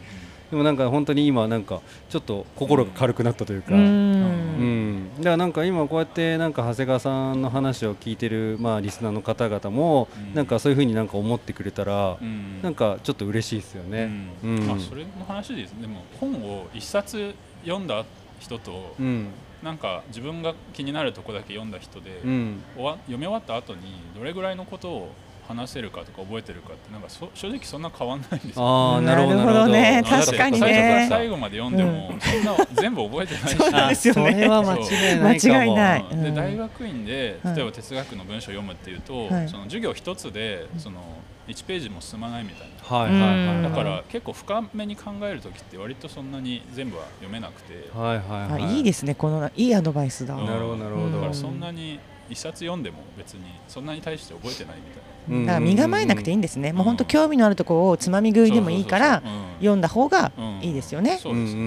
Speaker 1: でもなんか本当に今なんかちょっと心が軽くなったというか。
Speaker 2: うん
Speaker 1: うん、だからなんか今こうやってなんか長谷川さんの話を聞いてるまあリスナーの方々も
Speaker 3: うん
Speaker 1: なんかそういうふうになんか思ってくれたら
Speaker 3: うん
Speaker 1: なんかちょっと嬉しいですよね。
Speaker 3: うん
Speaker 1: うん
Speaker 3: まあそれの話ですねでも本を一冊読んだ人と、
Speaker 1: うん、
Speaker 3: なんか自分が気になるとこだけ読んだ人で、
Speaker 1: うん、
Speaker 3: 終わ読み終わった後にどれぐらいのことを話せるかとか覚えてるかってなんかそ正直そんな変わんないんですよ
Speaker 1: ああなるほど
Speaker 2: なるほど
Speaker 1: な
Speaker 2: ね
Speaker 1: るほど
Speaker 2: 確かに
Speaker 3: 最初から
Speaker 2: ね
Speaker 3: 最後まで読んでも、そんな全部覚えてないし
Speaker 2: そうなんですよね
Speaker 1: それは間違いないかも。
Speaker 2: 間違いない
Speaker 3: うんで大学院で
Speaker 2: うん
Speaker 3: 例えば哲学の文章を読むっていうと、
Speaker 2: はい
Speaker 3: その授業一つでその1ページも進まないみたい
Speaker 1: はいはいはい。
Speaker 2: うん
Speaker 3: なだから結構深めに考える時って割とそんなに全部は読めなくて
Speaker 1: はいはい
Speaker 2: あ
Speaker 1: はい。
Speaker 2: いいですねこのいいアドバイスだ、
Speaker 3: う
Speaker 1: なるほどなるほ
Speaker 3: だ
Speaker 1: ど
Speaker 3: か
Speaker 2: う
Speaker 3: ら。そんなに一冊読んでも別にそんなに対して覚えてないみたいな
Speaker 1: うんうん
Speaker 2: だから身構えなくていいんですね、もう本当興味のあるところをつまみ食いでもいいから
Speaker 3: そうそうそう
Speaker 2: 読んだ方が
Speaker 3: うん
Speaker 2: いいですよね、
Speaker 3: そうです
Speaker 1: うんうんうん
Speaker 2: う
Speaker 1: う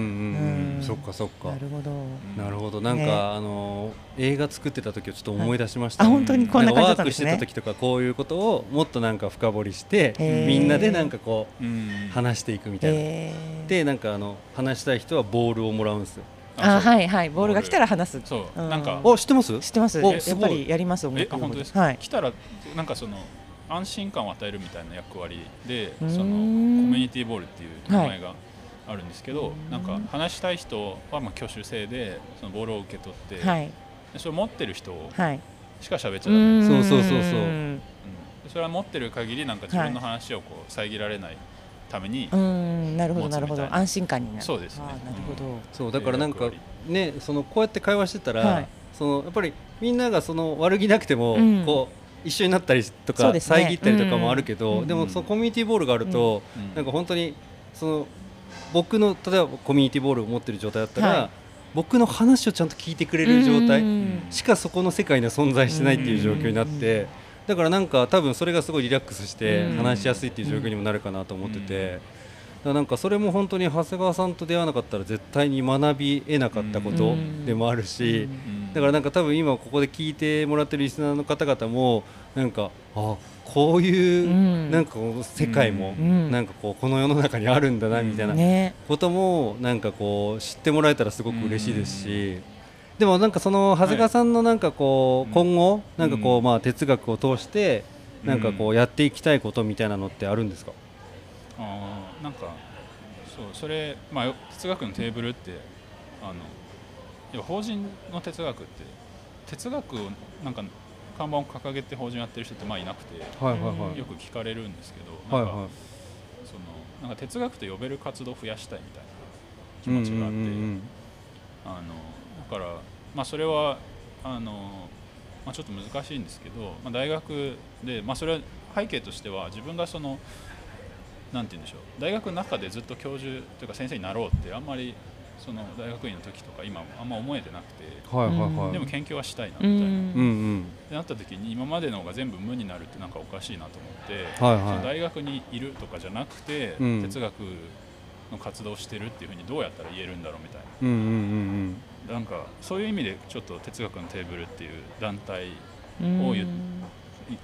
Speaker 1: んん。そっかそっか
Speaker 2: な。るほど、
Speaker 3: うん
Speaker 1: なるほどなんか、
Speaker 2: ね
Speaker 1: あの映画作ってた時をちょっと思い出しました、
Speaker 2: あ本当にこんな感じだったんです
Speaker 1: なかワ
Speaker 2: ね
Speaker 1: ークしてた時とかこういうことをもっとなんか深掘りして
Speaker 2: へー
Speaker 1: みんなでなんかこ
Speaker 3: うん
Speaker 1: う話していくみたいな、
Speaker 2: えー、
Speaker 1: でなんかあの話したい人はボールをもらうんですよ
Speaker 2: あ
Speaker 3: そう
Speaker 2: はいはいボールが来たら話す
Speaker 3: そ
Speaker 2: う
Speaker 3: う
Speaker 2: ん
Speaker 3: なんか
Speaker 1: あ知ってます
Speaker 2: 知ってます
Speaker 1: お
Speaker 2: や
Speaker 1: す
Speaker 2: っ
Speaker 1: ご
Speaker 2: ぱ
Speaker 1: い
Speaker 2: りやります音
Speaker 3: え
Speaker 2: 楽
Speaker 3: あ
Speaker 2: 用語
Speaker 3: 本当
Speaker 2: で
Speaker 3: です
Speaker 2: す
Speaker 3: か、
Speaker 2: はい
Speaker 3: 来たらなんかその安心感を与えるみたいな役割でその
Speaker 2: うーん
Speaker 3: コミュニティボールっていう名前があるんですけど、なんか話したい人はまあ挙手制でそのボールを受け取って、
Speaker 2: はい
Speaker 3: でそれを持ってる人
Speaker 2: はい
Speaker 3: しか喋っち
Speaker 2: う
Speaker 3: ゃダメ、うん
Speaker 2: ーん
Speaker 1: そうそうそうそう
Speaker 2: う
Speaker 3: それは持ってる限りなんか自分の話をこう遮られないために、
Speaker 2: ーんなるほど
Speaker 3: 持つみた
Speaker 2: ない
Speaker 3: な
Speaker 2: るほど安心感になる
Speaker 3: そうですね
Speaker 2: あーなるほど、
Speaker 1: そうだからなん
Speaker 3: え
Speaker 1: か
Speaker 3: ー役
Speaker 1: ねそのこうやって会話してたら、
Speaker 2: はい
Speaker 1: そのやっぱりみんながその悪気なくても、
Speaker 2: うん
Speaker 1: こう一緒になったりと
Speaker 2: そ
Speaker 1: か、
Speaker 2: うですね
Speaker 1: 遮ったりとかもあるけど、
Speaker 2: うん
Speaker 1: でもそのコミュニティボールがあると、
Speaker 3: うん
Speaker 1: なんか本当にその僕の例えばコミュニティボールを持ってる状態だったら、
Speaker 2: はい
Speaker 1: 僕の話をちゃんと聞いてくれる状態、
Speaker 2: うん
Speaker 1: しかそこの世界には存在してないっていう状況になって、だからなんか多分それがすごいリラックスして
Speaker 2: うん
Speaker 1: 話しやすいっていう状況にもなるかなと思ってて、だからなんかそれも本当に長谷川さんと出会わなかったら絶対に学び得なかったことでもあるし、
Speaker 3: うん
Speaker 1: だからなんか多分今ここで聞いてもらってるリスナーの方々もなんかあこういうう、
Speaker 2: ん
Speaker 1: なんかこう世界も、
Speaker 2: うん
Speaker 1: なんかこうこの世の中にあるんだなみたいな
Speaker 2: ね
Speaker 1: こともなんかこう知ってもらえたらすごく嬉しいですし、でもなんかその長谷川さんのなんかこう
Speaker 3: はい
Speaker 1: 今後なんかこ
Speaker 3: う
Speaker 1: うんまあ哲学を通してなんかこうやっていきたいことみたいなのってあるんですか？
Speaker 3: あーなんかそうそれ、まあ、よ哲学のテーブルってあの要は法人の哲学って哲学をなんか看板を掲げて法人やってる人ってまあいなくて
Speaker 1: はい
Speaker 2: はいはい
Speaker 3: よく聞かれるんですけど、
Speaker 1: はい
Speaker 3: なんか
Speaker 1: はい
Speaker 3: そのなんか哲学と呼べる活動を増やしたいみたいな気
Speaker 1: うんうんうん
Speaker 3: 持ちがあ
Speaker 1: う
Speaker 3: って、
Speaker 1: ん
Speaker 3: あのだから、まあ、それはあの、まあ、ちょっと難しいんですけど、まあ、大学で、まあ、それは背景としては自分がそのなんて言うんでしょう大学の中でずっと教授というか先生になろうってあんまりその大学院の時とか今あんま思えてなくて
Speaker 1: はいはいはい
Speaker 3: でも研究はしたいなみ
Speaker 2: う
Speaker 1: うん
Speaker 2: ん
Speaker 3: たいな。
Speaker 1: うん
Speaker 3: ってなった時に今までのが全部無になるってなんかおかしいなと思って、
Speaker 1: はいはい
Speaker 3: その大学にいるとかじゃなくて、
Speaker 1: うん
Speaker 3: 哲学の活動をしてるっていうふうにどうやったら言えるんだろうみたい
Speaker 1: うんうんうん
Speaker 3: ななんかそういう意味でちょっと哲学のテーブルっていう団体い
Speaker 2: うん
Speaker 3: を言う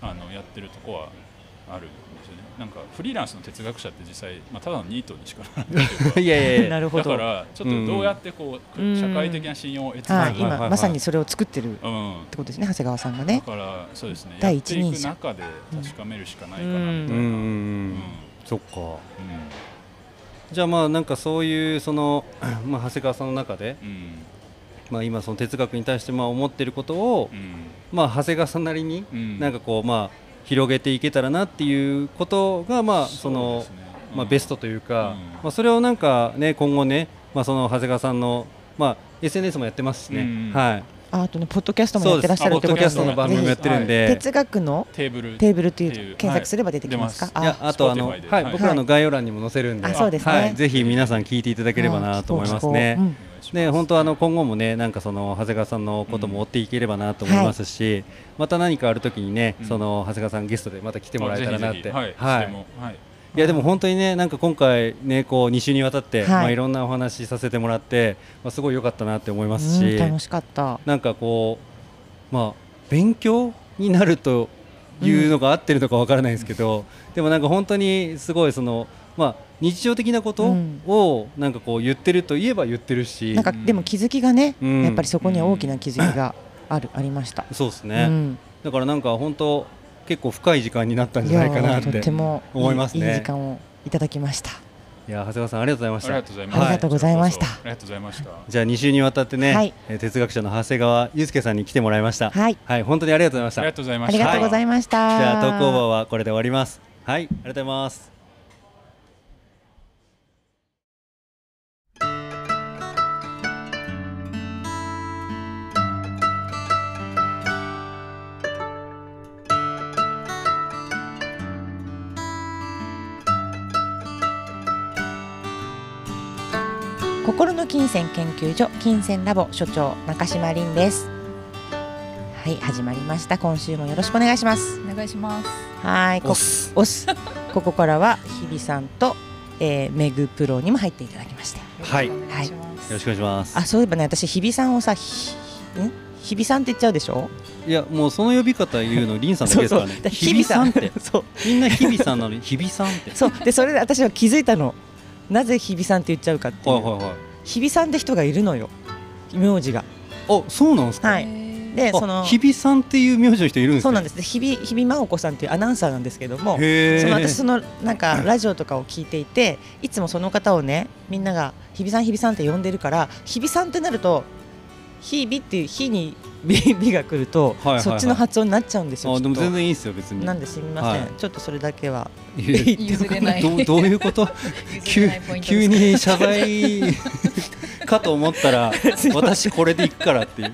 Speaker 3: あのやってるとこはあるんですよねなんかフリーランスの哲学者って実際、まあ、ただのニートにしかならないという
Speaker 1: う
Speaker 3: か
Speaker 1: んいやい やい
Speaker 2: な
Speaker 1: や
Speaker 2: るほ
Speaker 3: だ
Speaker 2: ど
Speaker 3: か
Speaker 2: は
Speaker 3: らちょっとどうやってこう、
Speaker 2: うん
Speaker 3: 社会的な信用を得つつ、
Speaker 1: はいいはいは
Speaker 2: 今
Speaker 1: い
Speaker 2: まさにそれを作ってるっ
Speaker 3: うん、
Speaker 2: てことですね長谷川さんが
Speaker 3: だ
Speaker 2: ね
Speaker 3: からそうですねや
Speaker 2: 第
Speaker 3: っ
Speaker 2: 一
Speaker 3: てい
Speaker 2: 人
Speaker 3: く
Speaker 2: 者
Speaker 3: 中で確かめるしかないかな
Speaker 2: う
Speaker 3: み
Speaker 2: ん
Speaker 1: う
Speaker 3: た
Speaker 1: んうんう
Speaker 3: いな。うん
Speaker 1: んそっか
Speaker 3: うん
Speaker 1: じゃあまあなんかそういうそのまあ長谷川さんの中で
Speaker 3: うん
Speaker 1: まあ今その哲学に対してまあ思ってることを
Speaker 3: うん
Speaker 1: まあ長谷川さんなりに
Speaker 3: うん
Speaker 1: なんかこうまあ広げていけたらなっていうことがまあその
Speaker 3: うですね
Speaker 1: まあベストというか、
Speaker 3: うん
Speaker 1: まあそれをなんかね今後ねまあその長谷川さんのまあ SNS もやってますしね、
Speaker 3: うん
Speaker 1: はい
Speaker 2: ああとねポッドキャストも
Speaker 1: そ
Speaker 2: や
Speaker 1: う
Speaker 2: っ
Speaker 1: で
Speaker 2: て
Speaker 1: す
Speaker 2: らっしゃるって
Speaker 1: ポッド
Speaker 2: こと
Speaker 1: キャ
Speaker 2: で
Speaker 1: ス
Speaker 2: す
Speaker 1: トの
Speaker 2: ね
Speaker 1: 番組もやってるんで、
Speaker 2: 哲学の
Speaker 3: テーブル
Speaker 2: テーブルってい
Speaker 3: っていう
Speaker 2: う検索すれば出てきますか
Speaker 3: 出
Speaker 1: いや
Speaker 2: あ
Speaker 1: あとあの、は
Speaker 3: Spotify
Speaker 1: い
Speaker 3: ではい
Speaker 1: 僕らの概要欄にも載せるんで、
Speaker 2: あそうですね
Speaker 1: はい、ぜひ皆さん聞いていただければなと思いますね。
Speaker 2: うん
Speaker 1: ね、本当あの今後もねなんかその長谷川さんのことも追っていければなと思いますし、また何かあるときにね、
Speaker 3: うん
Speaker 1: その長谷川さんゲストでまた来てもらえたらなって、
Speaker 3: はいいつでもはい
Speaker 1: いやでも本当にねなんか今回ねこう2週にわたって、
Speaker 2: はい
Speaker 1: い、まあいろんなお話しさせてもらって、まあすごい良かったなって思います
Speaker 2: う
Speaker 1: し、
Speaker 2: ん楽しかった
Speaker 1: なんかこうまあ勉強になるというのが合ってるのかわからないですけど、でもなんか本当にすごいそのまあ日常的なこと
Speaker 2: うん
Speaker 1: をなんかこう言ってると言えば言ってるし、
Speaker 2: なんかでも気づきがね
Speaker 1: うん
Speaker 2: やっぱりそこには大きな気づきがあるありました
Speaker 1: そうです
Speaker 2: う
Speaker 1: ね、
Speaker 2: ん
Speaker 1: だからなんか本当結構深い時間になったん
Speaker 2: い
Speaker 1: じゃないかな
Speaker 2: や
Speaker 1: っ
Speaker 2: と
Speaker 1: て
Speaker 2: っても
Speaker 1: 思います
Speaker 2: いい
Speaker 1: ね
Speaker 2: 時間をいただきました
Speaker 1: いや長谷川さんありがとうご
Speaker 3: あ
Speaker 1: ざい
Speaker 3: り
Speaker 1: ま
Speaker 3: が
Speaker 1: し
Speaker 3: と
Speaker 1: た
Speaker 3: うございました
Speaker 2: ありがとうございました
Speaker 3: こちらこそありがとうございました
Speaker 1: じゃあ2週にわたってね、
Speaker 2: はい
Speaker 1: えー哲学者の長谷川祐介さんに来てもらいました。
Speaker 2: はい
Speaker 1: 本当にありがとうござ
Speaker 3: あ
Speaker 1: いまし
Speaker 3: りが
Speaker 1: た。
Speaker 3: とうございま
Speaker 2: あ
Speaker 3: し
Speaker 2: り
Speaker 3: た
Speaker 2: がとうございました
Speaker 1: じゃあ投稿棒はこれで終わります。はい、ありがとうございます。
Speaker 2: 心の金銭研究所金銭ラボ所長中島凛ですはい始まりました今週もよろしくお願いします
Speaker 4: お願いします。
Speaker 2: はいこ
Speaker 1: おす
Speaker 2: おすここからは日比さんと、えー、メグプロにも入っていただきまして
Speaker 1: はい
Speaker 4: よろしくお願いします
Speaker 1: よろしくお願いします
Speaker 2: あ。そういえばね私日比さんをさひん日比さんって言っちゃうでしょ
Speaker 1: いや、もうその呼び方言うの、りんさんだけですからね。
Speaker 2: だ
Speaker 1: 日比さんって、
Speaker 2: そう
Speaker 1: みんな日比さんなのに、日比さんっ て。
Speaker 2: そうでそれで私は気づいたのなぜ日比さんって言っちゃうかってい、
Speaker 1: はいうはいはい。
Speaker 2: 日比さんって人がいるのよ名字が
Speaker 1: あ、そうなんですか。
Speaker 2: はい
Speaker 4: で、
Speaker 2: で
Speaker 1: あ
Speaker 2: その
Speaker 1: 日比さんっていう名字の人いるんですか。
Speaker 2: そうなん
Speaker 1: で
Speaker 2: ですで日比日比真央子さんっていうアナウンサーなんですけども
Speaker 1: へえ。
Speaker 2: その私そのなんかラジオとかを聞いていていつもその方をねみんなが日比さん日比さんって呼んでるから日比さんってなると日々っていう日に 美美が来ると、
Speaker 1: いはいはい
Speaker 2: そっちの発音になっちゃうんですよ。
Speaker 1: あ、でも
Speaker 2: きっと
Speaker 1: 全然いいですよ、別に。
Speaker 2: なんですみません、
Speaker 1: はい
Speaker 2: ちょっとそれだけは
Speaker 1: いや
Speaker 2: 言って
Speaker 4: 譲れない。
Speaker 1: どう、どういうこと。
Speaker 4: 譲
Speaker 1: 急
Speaker 4: れないポイントです
Speaker 1: 急。に謝罪かと思った ら私これでいくからっていう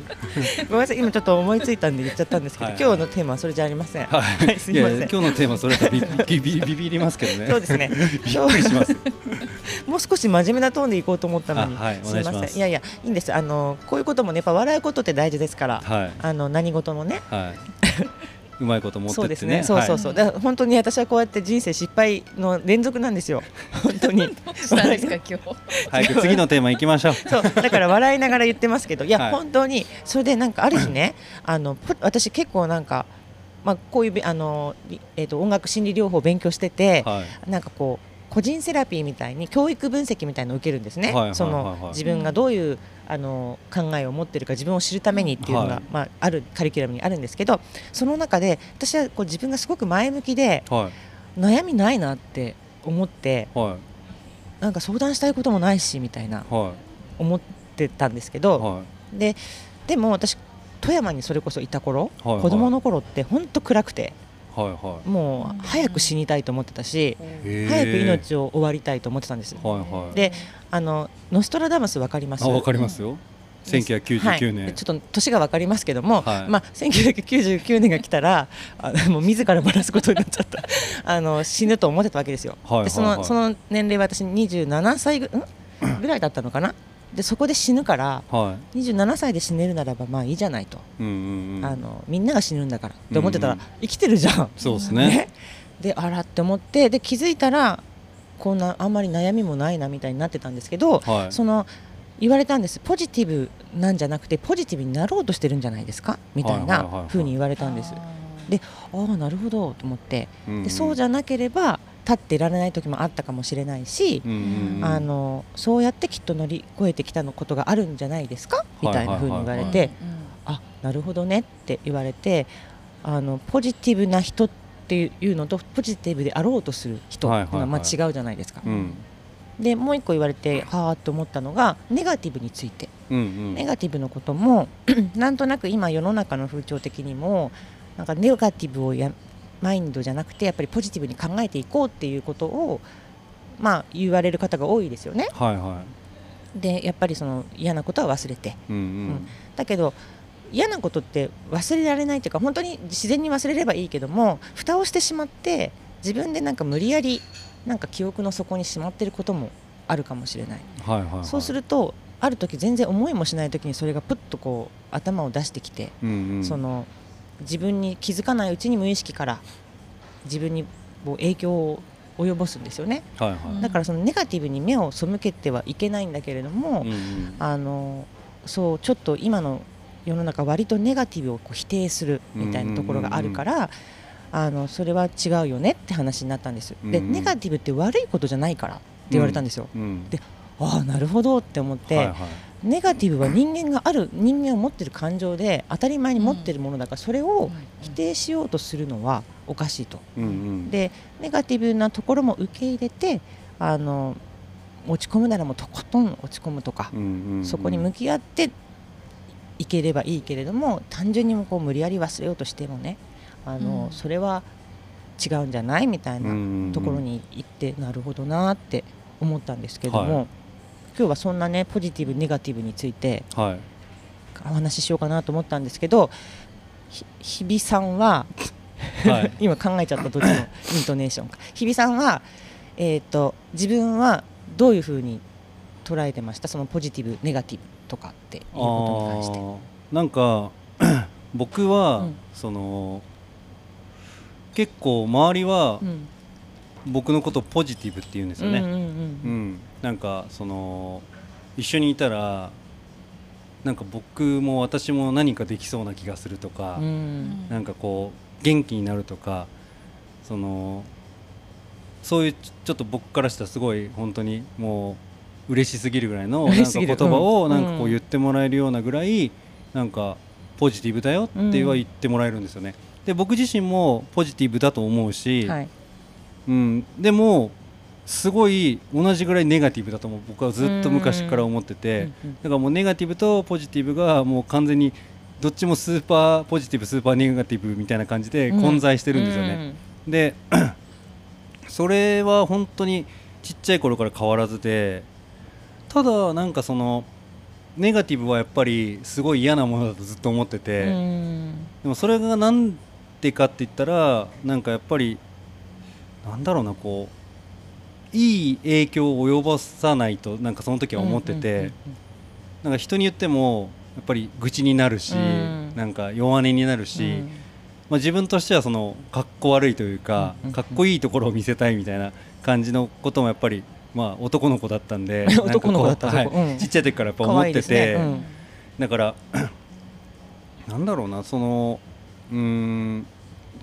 Speaker 2: ごめんなさい今ちょっと思いついたんで言っちゃったんですけど、
Speaker 1: はい
Speaker 2: 今日のテーマはそれじゃありません、
Speaker 1: はい
Speaker 2: すいません
Speaker 1: やや今日のテーマそれだと ビビビビビビりますけどね
Speaker 2: そうですね
Speaker 1: びっくりします
Speaker 2: もう少し真面目なトーンでいこうと思ったのに、
Speaker 1: あはいお
Speaker 2: す
Speaker 1: 願
Speaker 2: み
Speaker 1: いします
Speaker 2: ませんいやいやいいんですあのこういうこともねやっぱ笑うことって大事ですから、
Speaker 1: はい
Speaker 2: あの何事もね
Speaker 1: はいうまいこと持って
Speaker 2: そう
Speaker 1: っ
Speaker 2: です
Speaker 1: てね
Speaker 2: ね。そうそう
Speaker 1: は
Speaker 2: そう。だから本当に私はこうやって人生失敗の連続な んですよ。本当に。
Speaker 4: したんですか今日。
Speaker 1: い早く次のテーマ行きましょう
Speaker 2: そうだから笑いながら言ってますけどいや、
Speaker 1: はい
Speaker 2: 本当にそれでなんかある日ねあのぷ私結構なんか、まあ、こういうべあの、りえー、と音楽心理療法を勉強してて、
Speaker 1: はい
Speaker 2: なんかこう個人セラピーみたいに教育分析みたいなのを受けるんですね、
Speaker 1: はいはいはいはい
Speaker 2: その自分がどういうあの考えを持ってるか自分を知るためにっていうのが、
Speaker 1: はい
Speaker 2: まあ、あるカリキュラムにあるんですけどその中で私はこう自分がすごく前向きで
Speaker 1: はい
Speaker 2: 悩みないなって思って
Speaker 1: は
Speaker 2: なんか相談したいこともないしみたいない
Speaker 1: は
Speaker 2: 思ってたんですけ
Speaker 1: い
Speaker 2: ど、
Speaker 1: は
Speaker 2: ででも私富山にそれこそいた頃、
Speaker 1: はいはい
Speaker 2: 子供の頃って本当暗くて
Speaker 1: いはいは
Speaker 2: もう早く死にたいと思ってたし、
Speaker 1: いへー
Speaker 2: 早く命を終わりたいと思ってたんです、
Speaker 1: はいはい
Speaker 2: であのノストラダムスわかります
Speaker 1: あわかりますよ1999
Speaker 2: はい
Speaker 1: 年
Speaker 2: ちょっと年がわかりますけども、
Speaker 1: はい
Speaker 2: まあ、1999年が来たらあのもう自らばらすことになっちゃった あの死ぬと思ってたわけですよ、
Speaker 1: はいはいはい
Speaker 2: でそのその年齢は私27歳ぐんぐらいだったのかなでそこで死ぬから
Speaker 1: は
Speaker 2: 27歳で死ねるならばまあいいじゃないと、
Speaker 1: いうんうんうん
Speaker 2: あのみんなが死ぬんだからって思ってたら、
Speaker 1: うんうん
Speaker 2: 生きてるじゃん。
Speaker 1: そうですね
Speaker 2: であらって思ってで気づいたらこんなあんまり悩みもないなみたいになってたんですけど、
Speaker 1: はい
Speaker 2: その言われたんですポジティブなんじゃなくてポジティブになろうとしてるんじゃないですかみたい
Speaker 1: はいはいはいは
Speaker 2: ないふうに言われたんです。でああなるほどと思ってでそうじ
Speaker 1: ゃ
Speaker 2: ゃなければ立っていられない時もあったかもしれないし、
Speaker 4: うん
Speaker 2: あのそうやってきっと乗り越えてきたのことがあるんじゃないですかみたいなふうに言われ
Speaker 1: はい
Speaker 2: て、
Speaker 1: はいはい
Speaker 2: あなるほどねって言われてあのポジティブな人っていうのとポジティブであろうとする人
Speaker 1: はい
Speaker 2: が
Speaker 1: はいはい
Speaker 2: まあ違うじゃないですか。
Speaker 1: うん
Speaker 2: でもう一個言われてはあと思ったのがネガティブについて
Speaker 1: うんうん
Speaker 2: ネガティブのことも なんとなく今世の中の風潮的にもなんかネガティブをやマインドじゃなくてやっぱりポジティブに考えていこうっていうことをまあ言われる方が多いですよね。
Speaker 1: はいは
Speaker 2: でやっぱりその嫌なことは忘れて
Speaker 1: いうんうん
Speaker 2: だけど嫌なことって忘れられないというか本当に自然に忘れればいいけども蓋をしてしまって自分でなんか無理やりなんか記憶の底にしまってることもあるかもしれない、
Speaker 1: はいはいはい
Speaker 2: そうするとある時全然思いもしない時にそれがプッとこう頭を出してきて、
Speaker 1: うんうん
Speaker 2: その自分に気づかないうちに無意識から自分にこう影響を及ぼすんですよね
Speaker 1: はいは
Speaker 4: うん
Speaker 2: だからそのネガティブに目を背けてはいけないんだけれども、
Speaker 1: いうんうん
Speaker 2: あのそうちょっと今の世の中割とネガティブをこう否定するみたいなところがあるから、あのそれは違うよねって話になったんです、で
Speaker 1: うんうん
Speaker 2: ネガティブって悪いことじゃないからって言われたんですよ、
Speaker 1: うん
Speaker 2: でああなるほどって思って、
Speaker 1: はいはい
Speaker 2: ネガティブは人間がある人間を持ってる感情で当たり前に持ってるものだからそれを否定しようとするのはおかしいと
Speaker 1: うんうん
Speaker 2: でネガティブなところも受け入れてあの落ち込むならもうとことん落ち込むとか、
Speaker 1: うんうんうん
Speaker 2: そこに向き合っていければいいけれども単純にもこう無理やり忘れようとしてもねあの、
Speaker 4: うん
Speaker 2: それは違うんじゃないみたい
Speaker 1: うん
Speaker 2: な
Speaker 1: うんうん
Speaker 2: ところに行って、なるほどなって思ったんですけども、
Speaker 1: はい
Speaker 2: 今日はそんなねポジティブネガティブについて
Speaker 1: はい
Speaker 2: お話ししようかなと思ったんですけどひ日比さんは、
Speaker 1: はい
Speaker 2: 今考えちゃったどっちのイントネーションか日比さんは、えー、と自分はどういうふうに捉えてましたそのポジティブネガティブとかっていうことに関して。
Speaker 1: あーなんか 僕は、
Speaker 2: うん
Speaker 1: その結構周りは
Speaker 2: うん
Speaker 1: 僕のことをポジティブって言うんですよね、
Speaker 2: うんうん
Speaker 1: う
Speaker 2: うん
Speaker 1: ん、なんかその一緒にいたらなんか僕も私も何かできそうな気がするとか、
Speaker 2: うん
Speaker 1: なんかこう元気になるとかそのそういうちょっと僕からしたらすごい本当にもう嬉しすぎるぐらいのなん
Speaker 2: 嬉し
Speaker 1: か
Speaker 2: すぎ
Speaker 1: 言
Speaker 2: る
Speaker 1: 葉を
Speaker 2: うん
Speaker 1: なんかこ
Speaker 2: う
Speaker 1: うん言ってもらえるようなぐらいなんかポジティブだよっては言ってもらえるんですよね。で僕自身もポジティブだと思うし、
Speaker 2: はい
Speaker 1: うん、でもすごい同じぐらいネガティブだとも僕はずっと昔から思ってて
Speaker 2: うんうん
Speaker 1: だからもうネガティブとポジティブがもう完全にどっちもスーパーポジティブスーパーネガティブみたいな感じで
Speaker 2: うん
Speaker 1: 混在してるんですよね。で それは本当にちっちゃい頃から変わらずでただなんかそのネガティブはやっぱりすごい嫌なものだとずっと思ってて、
Speaker 2: うん
Speaker 1: でもそれがなんでかって言ったらなんかやっぱりなんだろうなこういい影響を及ぼさないとなんかその時は思ってて、なんか人によってもやっぱり愚痴になるし、
Speaker 2: うん
Speaker 1: なんか弱音になる
Speaker 2: うん
Speaker 1: し、
Speaker 2: うん
Speaker 1: まあ、自分としてはそのかっこ悪いというか、
Speaker 2: うんうんうん
Speaker 1: かっこいいところを見せたいみたいな感じのこともやっぱり、まあ、男の子だったんで
Speaker 2: 男の子だった
Speaker 1: なんかこう
Speaker 2: 男
Speaker 1: は
Speaker 2: うん
Speaker 1: い、ちっちゃい時からやっぱ
Speaker 2: 可
Speaker 1: 思っ
Speaker 2: 愛いで
Speaker 1: て
Speaker 2: すね
Speaker 1: て、
Speaker 2: うん
Speaker 1: だから なんだろうなそのうーん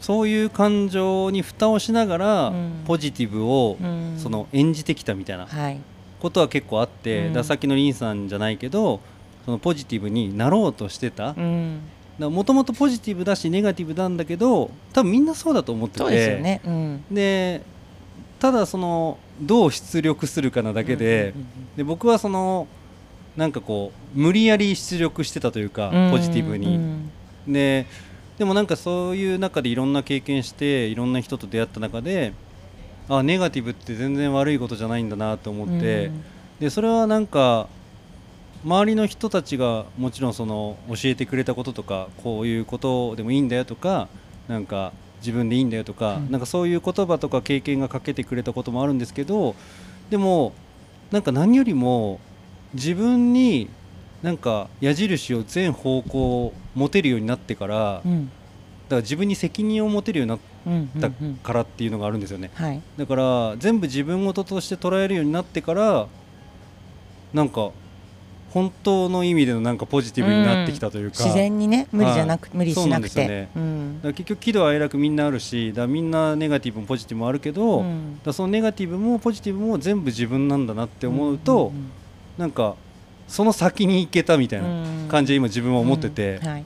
Speaker 1: そういう感情に蓋をしながら、
Speaker 2: うん
Speaker 1: ポジティブを、
Speaker 2: うん
Speaker 1: その演じてきたみたいな
Speaker 2: はい
Speaker 1: ことは結構あって、
Speaker 2: うん
Speaker 1: だからさっきのリンさんじゃないけどそのポジティブになろうとしてた
Speaker 2: うん
Speaker 1: もともとポジティブだしネガティブなんだけど多分みんなそうだと思ってて
Speaker 2: そうですよねうん
Speaker 1: でただそのどう出力するかなだけで,、
Speaker 2: うん
Speaker 1: で僕はそのなんかこう無理やり出力してたというか、
Speaker 2: うんうん
Speaker 1: ポジティブに、
Speaker 2: うん
Speaker 1: ででもなんかそういう中でいろんな経験していろんな人と出会った中であネガティブって全然悪いことじゃないんだなと思って、
Speaker 2: うん
Speaker 1: でそれはなんか周りの人たちがもちろんその教えてくれたこととかこういうことでもいいんだよとかなんか自分でいいんだよとか、
Speaker 2: うん
Speaker 1: なんかそういう言葉とか経験がかけてくれたこともあるんですけどでもなんか何よりも自分になんか矢印を全方向持てるようになってから、だ
Speaker 2: う
Speaker 1: か
Speaker 2: ん
Speaker 1: ら自分に責任を持てるようになっ
Speaker 2: うんうんう
Speaker 1: た
Speaker 2: ん
Speaker 1: からっていうのがあるんですよね。
Speaker 2: はい
Speaker 1: だから全部自分事として捉えるようになってからなんか本当の意味でのなんかポジティブになってきたというか,、
Speaker 2: 自然にね無理じゃなく
Speaker 1: はい
Speaker 2: 無理しなく
Speaker 1: そうなんで
Speaker 2: て
Speaker 1: す
Speaker 2: うん
Speaker 1: だから結局喜怒哀楽みんなあるしだからみんなネガティブもポジティブもあるけど、だ
Speaker 2: う
Speaker 1: か
Speaker 2: ん
Speaker 1: らそのネガティブもポジティブも全部自分なんだなって思うと、
Speaker 2: んんん
Speaker 1: なんかその先に行けたみたいな感じで今自分は思ってて、
Speaker 2: うんはい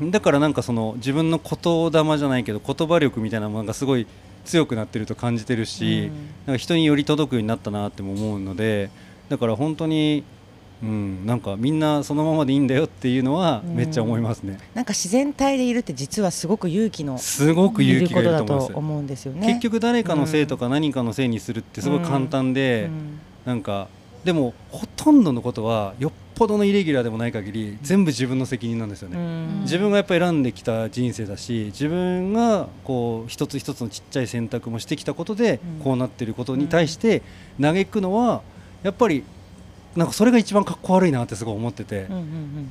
Speaker 1: だからなんかその自分の言霊じゃないけど言葉力みたいなものがすごい強くなってると感じてるし。なんか人により届くようになったなっても思うのでだから本当に、うん、なんかみんなそのままでいいんだよっていうのは
Speaker 2: うん
Speaker 1: めっちゃ思いますね、
Speaker 2: なんか自然体でいるって実はすごく勇気の
Speaker 1: すごく
Speaker 2: い
Speaker 1: 勇
Speaker 2: る
Speaker 1: 気が
Speaker 2: こ
Speaker 1: い
Speaker 2: と
Speaker 1: る
Speaker 2: だ
Speaker 1: と思いま
Speaker 2: と
Speaker 1: す、
Speaker 2: 思うんですよね。
Speaker 1: 結局誰かのせいとか何かのせいにするってすごい簡単で、
Speaker 2: うん
Speaker 1: なんかでもほとんどのことはよっぽどのイレギュラーでもない限り全部自分の責任なんですよね、
Speaker 2: うん
Speaker 1: 自分がやっぱり選んできた人生だし自分がこう一つ一つのちっちゃい選択もしてきたことで
Speaker 2: うん
Speaker 1: こうなってることに対して嘆くのはやっぱりなんかそれが一番かっこ悪いなってすごい思ってて
Speaker 2: うんうん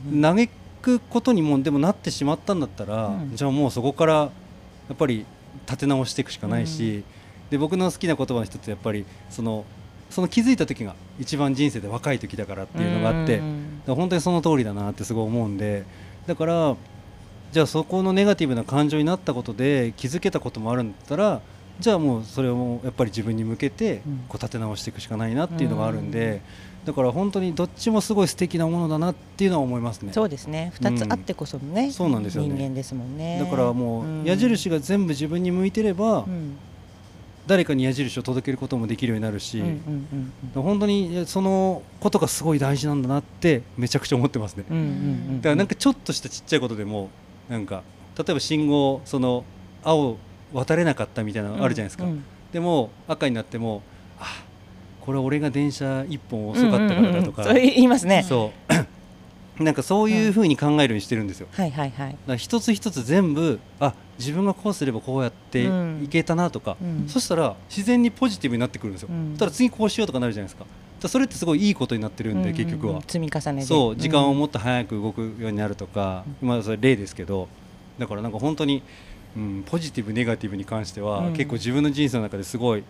Speaker 2: うんうん
Speaker 1: 嘆くことにもでもなってしまったんだったら
Speaker 2: うん
Speaker 1: じゃあもうそこからやっぱり立て直していくしかないしで僕の好きな言葉の一つやっぱりそのその気づいた時が一番人生で若い時だからっていうのがあって
Speaker 2: うんうん
Speaker 1: だから本当にその通りだなってすごい思うんでだからじゃあそこのネガティブな感情になったことで気づけたこともあるんだったらじゃあもうそれをやっぱり自分に向けて
Speaker 2: うん
Speaker 1: こう立て直していくしかないなっていうのがあるんで、だから本当にどっちもすごい素敵なものだなっていうのは思いますね
Speaker 2: そうですね。二つあってこそのね、
Speaker 1: んそうなんですよね
Speaker 2: 人間ですもんね。
Speaker 1: だからもう矢印
Speaker 2: が、
Speaker 1: が全部自分に向いてれば
Speaker 2: うん
Speaker 1: 誰かに矢印を届けることもできるようになるし、
Speaker 2: うんうん
Speaker 1: だから本当にそのことがすごい大事なんだなってめちゃくちゃ思ってますね。
Speaker 2: うんうんうんうんうん
Speaker 1: だからなんかちょっとしたちっちゃいことでもなんか例えば信号その青渡れなかったみたいなのあるじゃないですか、
Speaker 2: うんうん
Speaker 1: でも赤になってもあこれ俺が電車1本遅かったからだとか、
Speaker 2: うんうんうんそう言いますね。
Speaker 1: そうなんかそう いうふうに考えるようにしてるんですよだ
Speaker 2: はいはいはい。
Speaker 1: から一つ一つ全部あ自分がこうすればこうやって
Speaker 2: うん
Speaker 1: いけたなとか、
Speaker 2: うん
Speaker 1: そしたら自然にポジティブになってくるんですよ、
Speaker 2: うん
Speaker 1: ただ次こうしようとかなるじゃないですかだからそれってすごいいいことになってるんで、結局
Speaker 2: うんうんう
Speaker 1: は
Speaker 2: ん積み重ねで。
Speaker 1: そう時間をも
Speaker 2: っ
Speaker 1: っと早く動くようになるとか、今それ例ですけどだからなんか本当に、うん、ポジティブネガティブに関しては、
Speaker 2: うん
Speaker 1: 結構自分の人生の中ですごい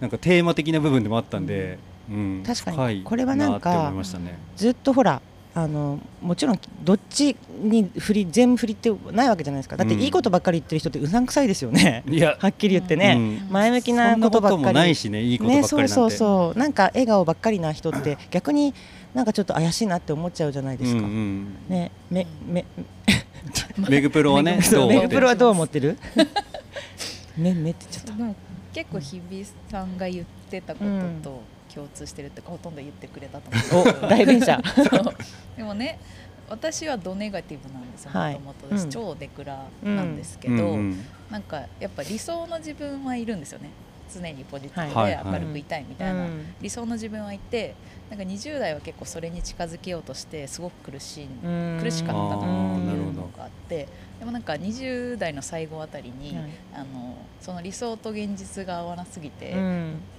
Speaker 1: なんかテーマ的な部分でもあったんで、うん
Speaker 2: 確かに
Speaker 1: 深い
Speaker 2: これはなんか
Speaker 1: って思いましたね。
Speaker 2: ずっとほら。あのもちろんどっちに振り全振りってないわけじゃないですかだっていいことばっかり言ってる人ってうさんくさいですよね、
Speaker 1: いや
Speaker 2: はっきり言ってね、
Speaker 1: うん
Speaker 2: 前向きな
Speaker 1: そんなこと
Speaker 2: こばっ
Speaker 1: と
Speaker 2: か
Speaker 1: も
Speaker 2: り
Speaker 1: ないしねいいことばっかりなん
Speaker 2: ね、
Speaker 1: て、
Speaker 2: そうそうそうなんか笑顔ばっかりな人って逆になんかちょっと怪しいなって思っちゃうじゃないです
Speaker 1: ん
Speaker 2: か、
Speaker 1: うん
Speaker 2: ねめめ
Speaker 1: メグプロはね
Speaker 4: メグプ
Speaker 1: ど
Speaker 4: ロ
Speaker 1: う
Speaker 2: メ
Speaker 1: 思っ
Speaker 2: グ
Speaker 1: て
Speaker 2: プロはどう思ってる めめって言っちゃった
Speaker 4: まあ結構日比さんが言ってたことと共通してるっていうか、ほとんど言ってくれたと 思うん
Speaker 2: 代弁者
Speaker 4: ですけどそうでもね私はドネガティブなんですよも
Speaker 2: はい
Speaker 4: ともとです、
Speaker 2: うん
Speaker 4: 超デクラなんですけど、
Speaker 1: うんうん
Speaker 4: なんかやっぱ理想の自分はいるんですよね常にポジティブ
Speaker 1: はい
Speaker 4: で
Speaker 1: はい
Speaker 4: 明るくいたいみたい
Speaker 2: う
Speaker 4: な
Speaker 2: ん
Speaker 4: 理想の自分はいてなんか20代は結構それに近づけようとしてすごく苦しい
Speaker 2: うん
Speaker 4: 苦しか
Speaker 1: あ
Speaker 4: ったと
Speaker 1: ーなる
Speaker 4: い
Speaker 1: ほ
Speaker 4: うの
Speaker 1: ど
Speaker 4: があってでもなんか20代の最後あたりに、
Speaker 2: はい
Speaker 4: あのその理想と現実が合わなすぎて、
Speaker 2: うん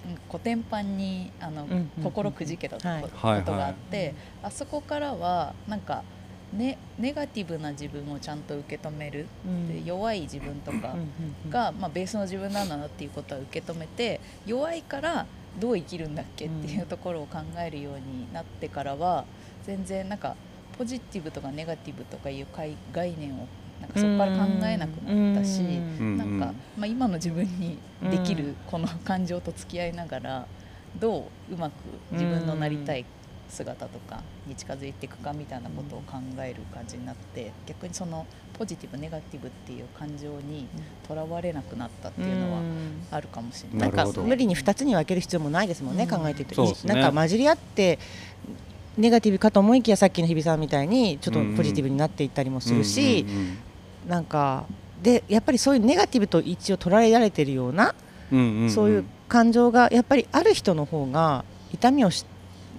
Speaker 4: なんかコテンパンにあの、
Speaker 2: んうんうん
Speaker 4: 心くじけたとこ,、
Speaker 2: はい
Speaker 1: はい
Speaker 4: ことがあっ
Speaker 2: はい
Speaker 4: て、あそこからはなんか、ね、ネガティブな自分をちゃんと受け止める、
Speaker 2: うん
Speaker 4: で弱い自分とかが、まあ、ベースの自分なんだなっていうことは受け止めて弱いからどう生きるんだっけっていううところを考えるようになってからは全然なんかポジティブとかネガティブとかいう概概念をなんかそこから考えなくなったし。
Speaker 2: うん
Speaker 1: うん
Speaker 4: なんか、まあ、今の自分にでき
Speaker 2: う
Speaker 4: る
Speaker 2: ん
Speaker 4: この感情と付き合いながらどううまく自分のなりたい姿とかに近づいていくかみたいなことを考える感じになって逆にそのポジティブネガティブっていう感情にとらわれなくなったっていうのは
Speaker 2: うん
Speaker 4: あるかもしれ
Speaker 2: な
Speaker 4: ない
Speaker 2: ん
Speaker 1: な
Speaker 2: か
Speaker 1: るほど
Speaker 2: 無理に2つに分ける必要もないですもんね、
Speaker 4: うん
Speaker 2: 考えてて、
Speaker 1: そうですね
Speaker 2: なんか混じり合ってネガティブかと思いきやさっきの日比さんみたいにちょっとポジティブになっていったりもするし、なんかでやっぱりそういうネガティブと一応捉えられてるような、
Speaker 1: うんうんうん
Speaker 2: そういう感情がやっぱりある人の方が痛みをし、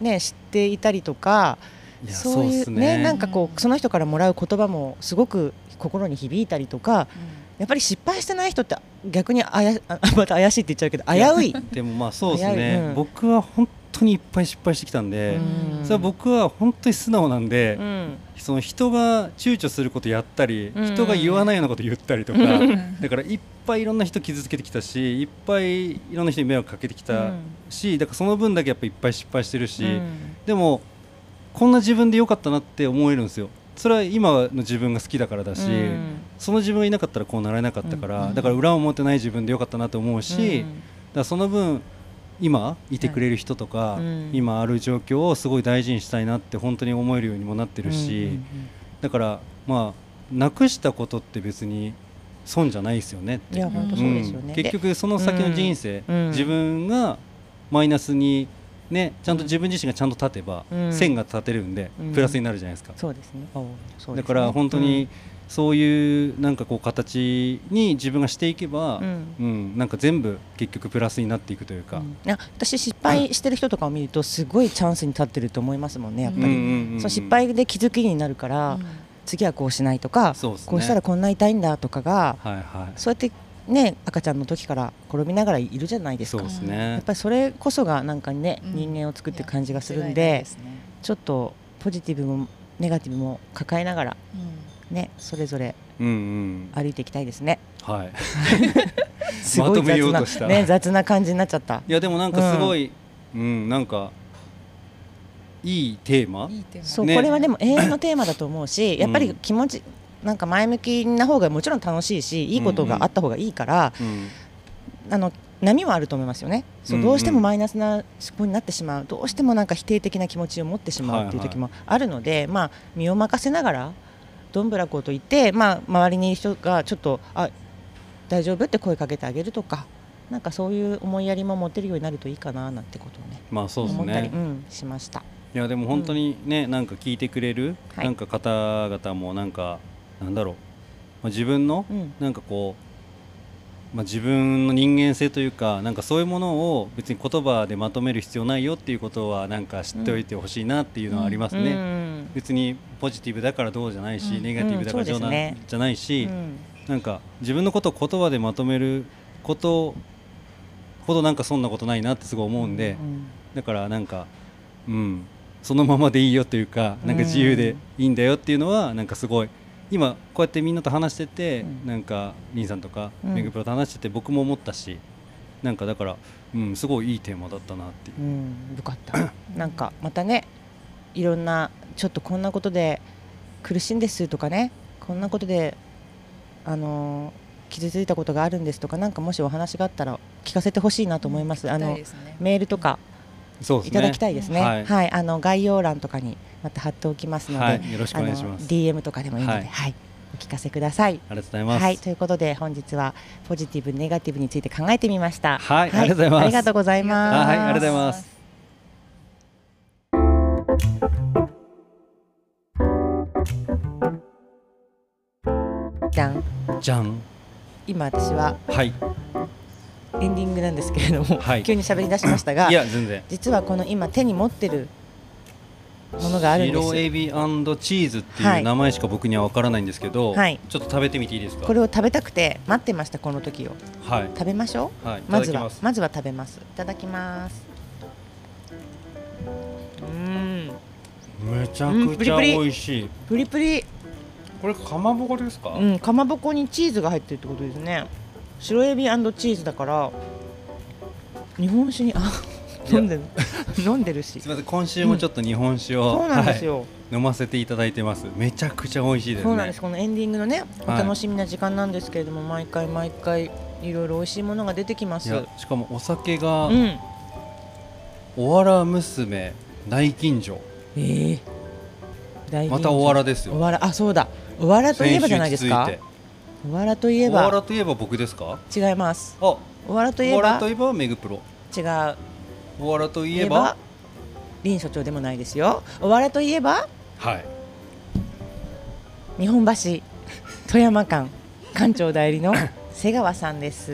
Speaker 2: ね、知っていたりとか
Speaker 1: いや
Speaker 2: そうい
Speaker 1: っ
Speaker 2: う
Speaker 1: す
Speaker 2: ねなんかこ
Speaker 4: うん
Speaker 2: うその人からもらう言葉もすごく心に響いたりとかやっぱり失敗してない人って逆にあやまた怪しいって言っちゃうけど危うい。
Speaker 1: でもまあそうですね、
Speaker 2: 早いうん
Speaker 1: 僕は本当にいっぱい失敗してきたんで、
Speaker 2: うん
Speaker 1: それは僕は本当に素直なんで、
Speaker 2: うん
Speaker 1: その人が躊躇することやったり、
Speaker 2: うん
Speaker 1: 人が言わないようなこと言ったりとか、
Speaker 4: うん
Speaker 1: だからいっぱいいろんな人傷つけてきたしいっぱいいろんな人に迷惑かけてきたし、だからその分だけやっぱいっぱい失敗してるし、
Speaker 2: うん
Speaker 1: でもこんな自分で良かったなって思えるんですよそれは今の自分が好きだからだし、
Speaker 2: うん
Speaker 1: その自分がいなかったらこうなられなかったから、
Speaker 4: うん
Speaker 1: だから裏表ない自分で良かったなと思うし、だからその分今いてくれる人とか、
Speaker 2: うん
Speaker 1: 今ある状況をすごい大事にしたいなって本当に思えるようにもなってるし、だからまあなくしたことって別に損じゃないですよねっ
Speaker 2: うんい
Speaker 1: て
Speaker 2: や本当そうですよ
Speaker 1: う
Speaker 2: ね。
Speaker 1: ん
Speaker 2: で
Speaker 1: 結局その先の人生、
Speaker 2: うん
Speaker 1: 自分がマイナスにねちゃんと自分自身がちゃんと立てば、
Speaker 2: うん
Speaker 1: 線が立てるんで、
Speaker 2: うん
Speaker 1: プラスになるじゃないですか、
Speaker 2: そうですね。おそうですね
Speaker 1: だから本当にそういうなんかこう形に自分がしていけば、
Speaker 2: う
Speaker 1: うん
Speaker 2: ん
Speaker 1: なんか全部結局プラスになっていくというか、
Speaker 2: うんいや私失敗してる人とかを見るとすごいチャンスに立ってると思いますもんねやっ
Speaker 1: う
Speaker 2: ぱ
Speaker 1: ん
Speaker 2: り。
Speaker 1: うんうん
Speaker 2: そう失敗で気づきになるから、次はこうしないとか、
Speaker 1: そうですね
Speaker 2: こうしたらこんな痛いんだとかが
Speaker 1: はいはい
Speaker 2: そうやってね赤ちゃんの時から転びながらいるじゃないです
Speaker 1: そう
Speaker 2: か
Speaker 1: で。す
Speaker 2: やっ
Speaker 1: ね
Speaker 2: ぱりそれこそがなんかね、
Speaker 4: うん
Speaker 2: 人間を作っていく感じがするん
Speaker 4: いや間違いない
Speaker 2: で
Speaker 4: ですね
Speaker 2: ちょっとポジティブもネガティブも抱えながらねそれぞれ
Speaker 1: うんうん
Speaker 2: 歩いていきたいですね。
Speaker 1: はい
Speaker 2: すごい
Speaker 1: まとめよ
Speaker 2: 雑
Speaker 1: う
Speaker 2: な
Speaker 1: とした
Speaker 2: ね雑な感じになっちゃった。
Speaker 1: いやでもなんかすごい、うんなんかいいテーマ
Speaker 4: うんいいテーマ
Speaker 2: そう、
Speaker 1: ね
Speaker 2: これはでも永遠のテーマだと思うし、やっぱ
Speaker 1: う
Speaker 2: り
Speaker 1: ん
Speaker 2: 気持ちなんか前向きな方がもちろん楽しいし、いいことがあった方がいいから、
Speaker 1: うん
Speaker 2: あの波はあると思いますよね。そうう、
Speaker 1: んうん
Speaker 2: どうしてもマイナスな思考になってしまう、どうしてもなんか否定的な気持ちを持ってしまうっていう時もあるので、まあ身を任せながらどんぶらこと言って、まあ周りにいる人がちょっとあ大丈夫って声かけてあげるとか。なんかそういう思いやりも持てるようになるといいかななんてことをね
Speaker 1: まあそうです
Speaker 2: 思った
Speaker 1: ね
Speaker 2: り、うん、しました。
Speaker 1: いやでも本当にね、なんか聞いてくれる、
Speaker 2: はい
Speaker 1: なんか方々もなんかなんだろう、まあ、自分の
Speaker 2: うん
Speaker 1: なんかこう、まあ、自分の人間性というかなんかそういうものを別に言葉でまとめる必要ないよっていうことはなんか知っておいてほしいなっていうのはありますね、
Speaker 2: うん
Speaker 1: 別にポジティブだからどうじゃないし、
Speaker 4: うん
Speaker 1: ネガティブだから
Speaker 2: うん
Speaker 1: 冗
Speaker 2: そ
Speaker 1: 談
Speaker 2: うですね
Speaker 1: じゃないし、
Speaker 2: うん
Speaker 1: なんか自分のことを言葉でまとめることほどなんかそんなことないなってすごい思うんで、
Speaker 2: うん
Speaker 1: だからなんか、うん、そのままでいいよというかなんか自由でいいんだよっていうのはなんかすごい今こうやってみんなと話してて、
Speaker 2: うん
Speaker 1: なんかリンさんとか
Speaker 2: うん
Speaker 1: メグプロと話してて僕も思ったし、なんかだから、うん、すごいいいテーマだったなっていう
Speaker 2: う。ん、よかった なんかまたねいろんなちょっとこんなことで苦しいんですとかねこんなことであのー傷ついたことがあるんですとかなんかもしお話があったら聞かせてほしいなと思います、あ
Speaker 4: 聞きた
Speaker 2: の
Speaker 4: いですね
Speaker 2: メールとか
Speaker 1: そうで
Speaker 2: い
Speaker 1: すね
Speaker 2: ただきたいですね
Speaker 1: は
Speaker 2: はいい、あの概要欄とかにまた貼っておきますので、
Speaker 1: はい、よろしく
Speaker 2: あ
Speaker 1: お
Speaker 2: の
Speaker 1: 願いします。
Speaker 2: DM とかでもいいので、
Speaker 1: は
Speaker 2: はいいお聞かせください
Speaker 1: ありがとうございます。
Speaker 2: はいということで本日はポジティブネガティブについて考えてみました
Speaker 1: はいありがとうございます
Speaker 2: ありがとうございます
Speaker 1: はいありがとうございます
Speaker 2: じゃん
Speaker 1: じゃん、
Speaker 2: 今私は
Speaker 1: はい、
Speaker 2: エンディングなんですけれども、
Speaker 1: はい
Speaker 2: 急に喋り出しましたが
Speaker 1: いや全然
Speaker 2: 実はこの今手に持ってるものがあるんで
Speaker 1: 白
Speaker 2: す
Speaker 1: エビチーズってい
Speaker 2: は
Speaker 1: う
Speaker 2: い
Speaker 1: 名前しか僕には分からないんですけど、
Speaker 2: はい
Speaker 1: ちょっと食べてみていいですか
Speaker 2: これを食べたくて待ってましたこの時を
Speaker 1: はい、
Speaker 2: 食べましょ
Speaker 1: はい、
Speaker 2: うまず
Speaker 1: いただき
Speaker 2: は
Speaker 1: ます
Speaker 2: まずは食べますいただきますうーん
Speaker 1: めちゃ
Speaker 2: うん
Speaker 1: くち
Speaker 2: プリ
Speaker 1: ゃ
Speaker 2: プリ
Speaker 1: 美味しい、
Speaker 2: プリプリ
Speaker 1: これかまぼこですか、
Speaker 2: うんかまぼこにチーズが入ってるってことですね白エビチーズだから日本酒にあ
Speaker 1: いや
Speaker 2: 飲んでる飲んでる し
Speaker 1: すみません今週もちょっと日本酒を、
Speaker 2: そうなんですよ、
Speaker 1: はい飲ませていただいてますめちゃくちゃ美味しいですね
Speaker 2: そうなんですこのエンディングのねお
Speaker 1: はい
Speaker 2: 楽しみな時間なんですけれども、毎回毎回いろいろ美味しいものが出てきま
Speaker 1: い
Speaker 2: す
Speaker 1: やしかもお酒が、
Speaker 2: うんえ
Speaker 1: おわら娘大近所
Speaker 2: え大吟醸
Speaker 1: またおわらです
Speaker 2: お
Speaker 1: よ
Speaker 2: わらあそうだおわらといえばじゃないですか
Speaker 1: 先週
Speaker 2: おわらとい
Speaker 1: 続
Speaker 2: え
Speaker 1: いておわら
Speaker 2: ば
Speaker 1: といえば僕ですか
Speaker 2: 違います
Speaker 1: あ
Speaker 2: おわらとい
Speaker 1: お
Speaker 2: え
Speaker 1: わら
Speaker 2: ば
Speaker 1: といえばメグプロ
Speaker 2: 違う
Speaker 1: おわらとい
Speaker 2: 言
Speaker 1: え
Speaker 2: え
Speaker 1: ば
Speaker 2: ば林所長でもないですよおわらといえば
Speaker 1: はい
Speaker 2: 日本橋富山間館長代理の瀬川さんです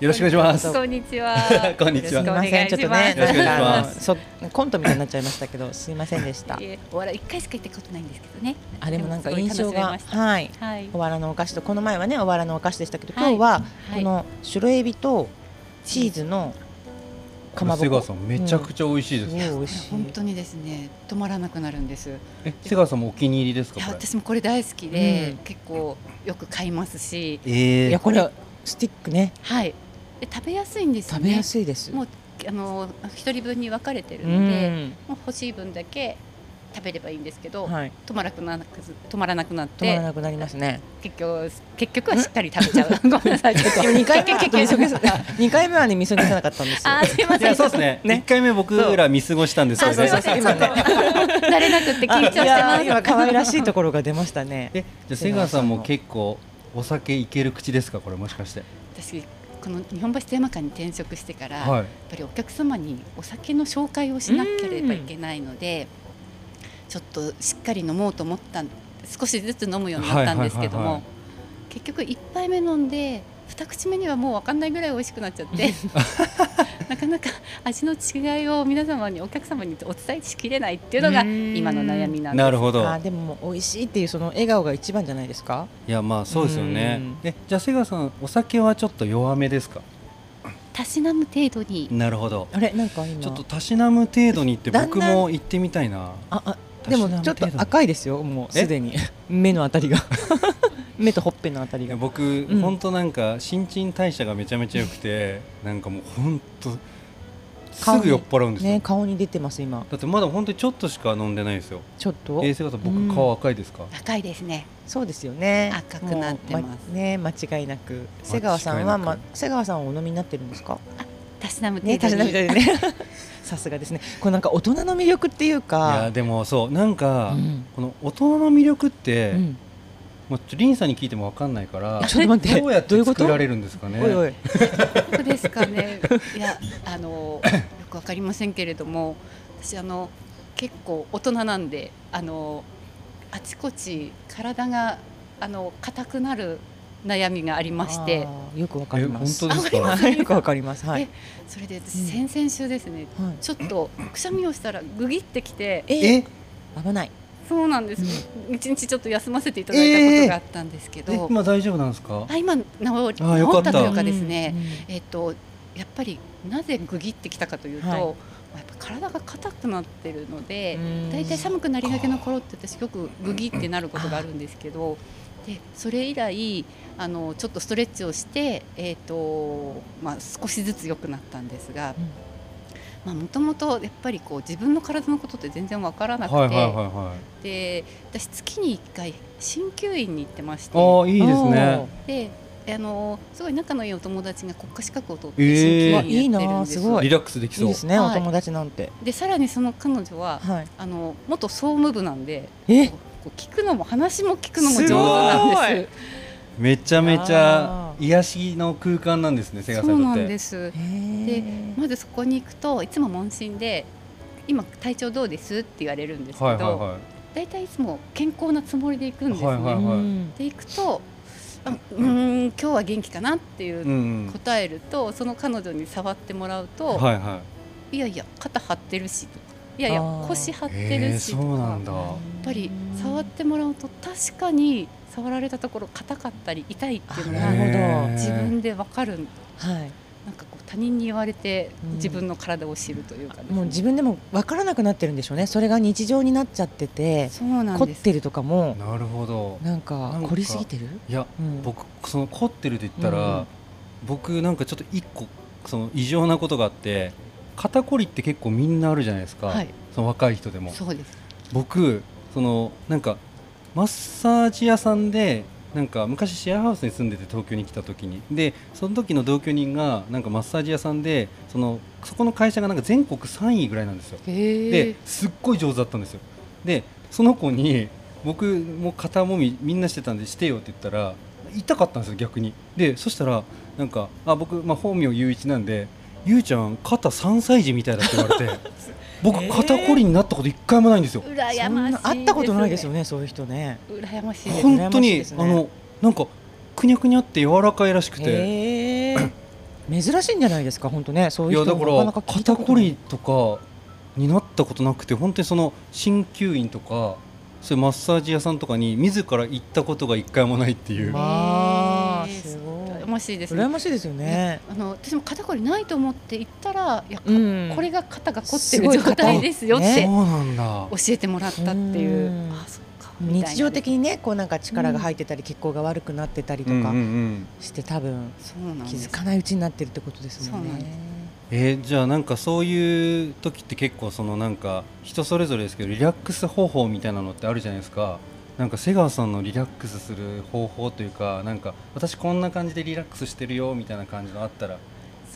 Speaker 1: よろしくお願いします。
Speaker 2: そう
Speaker 5: こんに ちは
Speaker 1: こんにち
Speaker 2: す
Speaker 1: は
Speaker 2: みませんちょっとね
Speaker 1: よろしくお願いします
Speaker 2: なんかあ
Speaker 1: よろしくお願いし
Speaker 2: のそコントみたいになっちゃいましたけどすいませんでした
Speaker 5: いえお笑い一回しか行ったことないんですけどね。
Speaker 2: あでもなんか
Speaker 5: でも
Speaker 2: 印
Speaker 5: す
Speaker 2: 象
Speaker 5: ごい
Speaker 2: が
Speaker 5: 楽しめました
Speaker 2: はい
Speaker 5: はい。
Speaker 2: おわらのお菓子とこの前はねおわらのお菓子でしたけど、
Speaker 5: はい
Speaker 2: 今日は
Speaker 5: はい
Speaker 2: この白エビとチーズのかまぼ
Speaker 1: 瀬川
Speaker 2: こ
Speaker 1: さんめちゃくちゃ美味しい
Speaker 2: す
Speaker 1: で
Speaker 2: ご
Speaker 1: す、
Speaker 2: い美味しい
Speaker 5: 本当にですね止まらなくなるんです。い
Speaker 1: え瀬川さんもお気に入りですか
Speaker 5: や
Speaker 1: これ
Speaker 5: 私もこれ大好きで、
Speaker 2: うん
Speaker 5: 結構よく買いますし、
Speaker 1: え
Speaker 2: い
Speaker 1: ー
Speaker 2: やこれスティックね
Speaker 5: はい。で食べやすいんですよ
Speaker 2: 食
Speaker 5: ね。
Speaker 2: べやすいです
Speaker 5: もうあの一人分に分かれてる
Speaker 2: う
Speaker 5: ので、
Speaker 2: ん
Speaker 5: もう欲しい分だけ食べればいいんですけど、
Speaker 2: はい
Speaker 5: 止まらなくな止まらなくなっ
Speaker 2: 止まら
Speaker 5: て
Speaker 2: なくなりますね
Speaker 5: 結局結局はしっかり食べちゃう。ごめんな さい。ちょっと
Speaker 2: でも二回目はちょっと味噌
Speaker 5: 結
Speaker 2: 気
Speaker 5: 局
Speaker 2: 2回目はね味噌気さなかったんですよ
Speaker 5: あーすいま
Speaker 1: い
Speaker 5: せん。
Speaker 1: やそうですね
Speaker 2: ね
Speaker 1: 一回目僕ら見過ごしたんです
Speaker 5: あ
Speaker 1: け
Speaker 5: す
Speaker 1: ど
Speaker 5: いません。ちょっと慣れなくって緊張して
Speaker 2: いや
Speaker 5: ま
Speaker 2: ー
Speaker 5: す。
Speaker 2: 今可愛らしいところが出ましたね
Speaker 1: えじゃあ瀬川さんも結構お酒いける口ですかこれもしかして
Speaker 5: 私この日本橋テーマ館に転職してから、やっ
Speaker 1: はい
Speaker 5: ぱりお客様にお酒の紹介をしなければいけないのでちょっとしっかり飲もうと思ったん少しずつ飲むようになったんですけども、
Speaker 1: はいはいはいはい
Speaker 5: 結局1杯目飲んで2口目にはもう分かんないぐらい美味しくなっちゃって なかなか味の違いを皆様にお客様にお伝えしきれないっていうのが
Speaker 2: うん
Speaker 5: 今の悩みなんです。
Speaker 1: なるほど
Speaker 2: あーでももう美味しいっていうその笑顔が一番じゃないですか
Speaker 1: いやまあそうですよね
Speaker 2: うん
Speaker 1: えじゃあ瀬川さんお酒はちょっと弱めですか
Speaker 5: たしなむ程度に
Speaker 1: なるほど
Speaker 2: あれなんか今
Speaker 1: ちょっとたしなむ程度にって
Speaker 2: だんだん
Speaker 1: 僕も行ってみたいな
Speaker 2: ああでもちょっと赤いですよ、もう
Speaker 1: え
Speaker 2: すでに目のあた りが目とほっぺのあたり
Speaker 1: い
Speaker 2: が
Speaker 1: や僕
Speaker 2: うん
Speaker 1: 本当なんか新陳代謝がめちゃめちゃ良くてなんかもう本当すぐ酔っ払うんですよ
Speaker 2: ね顔に出てます今
Speaker 1: だってまだ本当にちょっとしか飲んでないですよ
Speaker 2: ちょっと、
Speaker 1: えー瀬川さん
Speaker 2: うん
Speaker 1: 僕顔赤いですか
Speaker 5: 赤いですね。
Speaker 2: そうですよね
Speaker 5: 赤くなってます
Speaker 2: もうね間違いなく瀬川さん
Speaker 1: 間違
Speaker 2: は、
Speaker 1: いな
Speaker 2: ま
Speaker 1: く、
Speaker 2: 瀬川さんはお飲みになってるんですか
Speaker 5: たしなむ程
Speaker 2: ね
Speaker 5: 度
Speaker 2: たしなみ
Speaker 5: に
Speaker 2: たいでね さすがですねこうなんか大人の魅力っていう
Speaker 1: いや
Speaker 2: か
Speaker 1: でもそうなんか
Speaker 2: うん
Speaker 1: この大人の魅力って
Speaker 2: うん
Speaker 1: まあちょリンさんに聞いてもわかんないから
Speaker 2: ちょっと待って
Speaker 1: どうやっ
Speaker 2: どうい
Speaker 1: て
Speaker 2: うこと
Speaker 1: 作られるんですかね
Speaker 2: おいおい
Speaker 5: そうですかね。いや、あの、よくわかりませんけれども、私、あの、結構大人なんで、あの。あちこち体が、あの、硬くなる悩みがありまして。
Speaker 2: あーよくわかります
Speaker 1: え本当ですか
Speaker 2: はいよくわかりますはい、
Speaker 5: それで、私、
Speaker 2: うん
Speaker 5: 先々週ですね。
Speaker 2: はい
Speaker 5: ちょっとくしゃみをしたらぐぎってきて
Speaker 2: え
Speaker 1: え
Speaker 2: 危ない
Speaker 5: そうなんです一日ちょっと休ませていただいたことがあったんですけど、
Speaker 1: え今大丈夫なんですか
Speaker 5: あ今治り治っ
Speaker 1: あよかった
Speaker 5: たというかですね、
Speaker 2: うんうん
Speaker 5: えっとやっぱりなぜぐぎってきたかというと、
Speaker 2: はい
Speaker 5: やっぱ体が硬くなってるので、
Speaker 2: うん
Speaker 5: だいたい寒くなりがけの頃って私よくぐぎってなることがあるんですけど、でそれ以来あのちょっとストレッチをしてえっ、とまあ少しずつ良くなったんですが
Speaker 2: うん、
Speaker 5: まあもともとやっぱりこう自分の体のことって全然わからなくて、
Speaker 1: はいはいはいはい
Speaker 5: で私月に1回鍼灸院に行ってまして。
Speaker 1: ああいいですね
Speaker 5: であのすごい仲のいいお友達が国家資格を取って
Speaker 1: えー
Speaker 5: 鍼灸院やってるんで
Speaker 2: い
Speaker 5: す
Speaker 2: いなあすご
Speaker 5: よ
Speaker 2: い
Speaker 1: リラックスでき
Speaker 2: いい
Speaker 1: そう
Speaker 2: ですね、
Speaker 5: はい
Speaker 2: お友達なんて
Speaker 5: でさらにその彼女は
Speaker 2: はい
Speaker 5: あの元総務部なんで
Speaker 2: え
Speaker 5: こうこう聞くのも話も聞くのも上手なんです
Speaker 1: めちゃめちゃ
Speaker 2: あー
Speaker 1: 癒しの空間なんですね瀬川
Speaker 5: そ
Speaker 1: さ
Speaker 5: うん
Speaker 1: にと
Speaker 5: な
Speaker 1: っ
Speaker 5: ん
Speaker 1: て
Speaker 5: です
Speaker 2: で
Speaker 5: まずそこに行くといつも問診で「今体調どうです?」って言われるんですけ
Speaker 1: はいはい
Speaker 5: ど
Speaker 1: は
Speaker 5: 大体いつも健康なつもりで行くんですね、
Speaker 1: はいはい
Speaker 2: うん
Speaker 5: で行くとあうーん今日は元気かなっていううん
Speaker 1: うん
Speaker 5: 答えるとその彼女に触ってもらうと、、
Speaker 1: はいはい
Speaker 5: やいや肩張ってるしとかいやいや
Speaker 2: あー
Speaker 5: 腰張っ
Speaker 1: い
Speaker 5: てるしとか、
Speaker 1: そうなんだ
Speaker 5: やっぱり触ってもらうと確かに触られたところ硬かったり痛いっていうの
Speaker 2: あ
Speaker 5: が
Speaker 2: ー
Speaker 1: へー
Speaker 5: 自分で分かる
Speaker 2: はい
Speaker 5: なんかこう他人に言われて
Speaker 2: うん
Speaker 5: 自分の体を知るというかですね、
Speaker 2: もう自分でも分からなくなってるんでしょうねそれが日常になっちゃってて
Speaker 5: そうなん
Speaker 2: 凝っ
Speaker 5: です
Speaker 2: てるとかも
Speaker 1: なるほど
Speaker 2: なんか
Speaker 1: なんか
Speaker 2: 凝りすぎてる、
Speaker 1: いや
Speaker 2: うん
Speaker 1: 僕その凝ってると言ったら、
Speaker 2: うん
Speaker 1: 僕なんかちょっと一個その異常なことがあって肩こりって結構みんなあるじゃないですか、
Speaker 5: はい
Speaker 1: その若い人でも
Speaker 5: そうです
Speaker 1: 僕そのなんかマッサージ屋さんでなんか昔シェアハウスに住んでて東京に来た時にでその時の同居人がなんかマッサージ屋さんでそのそこの会社がなんか全国3位ぐらいなんですよですっごい上手だったんですよでその子に僕も肩もみみんなしてたんでしてよって言ったら痛かったんですよ逆にでそしたらなんかあ僕、まあ、本名雄一なんで「ゆうちゃん肩3歳児みたいだ」って言われて僕
Speaker 2: えー
Speaker 1: 肩こりになったこと一回もないんですよ
Speaker 5: 羨
Speaker 2: そん
Speaker 5: ましい
Speaker 2: な会ったことないですよねそういう人ね
Speaker 5: 羨ましいです
Speaker 2: ほん
Speaker 5: ね
Speaker 1: 本当に、
Speaker 2: 羨ましいです
Speaker 1: あ
Speaker 2: ね
Speaker 1: のなんかくにゃくにゃって柔らかいらしくて、
Speaker 2: へー珍しいんじゃないですか本当ねそう
Speaker 1: い
Speaker 2: いう
Speaker 1: やだ
Speaker 2: 人
Speaker 1: か
Speaker 2: なかな
Speaker 1: ら
Speaker 2: か聞いた
Speaker 1: 肩
Speaker 2: こと
Speaker 1: こ
Speaker 2: ない
Speaker 1: りとかになったことなくて本当にその鍼灸院とかそういうマッサージ屋さんとかに自ら行ったことが一回もないっていう、
Speaker 5: ま
Speaker 2: まあ
Speaker 5: へー
Speaker 2: すごい
Speaker 5: 羨ましいですね
Speaker 2: 羨ましいですよね
Speaker 5: あの私も肩こりないと思って行ったらいや、
Speaker 2: うん
Speaker 5: これが肩が凝って
Speaker 2: すごい
Speaker 5: る状態ですよっ
Speaker 2: ね
Speaker 5: て
Speaker 1: そうなんだ
Speaker 5: 教えてもらったっていう
Speaker 2: うん
Speaker 5: あそっかみたいな
Speaker 2: 日常的にねこうなんか力が入ってたり血行が悪くなってたりと
Speaker 1: うんうんう
Speaker 2: か
Speaker 1: ん
Speaker 2: して多分
Speaker 5: そうなんです
Speaker 2: 気づかないうちになってるってことですもん
Speaker 5: そうなん
Speaker 2: ね
Speaker 5: で。
Speaker 1: えーじゃあなんかそういう時って結構そのなんか人それぞれですけどリラックス方法みたいなのってあるじゃないですかなんか瀬川さんのリラックスする方法というかなんか私こんな感じでリラックスしてるよみたいな感じのあったら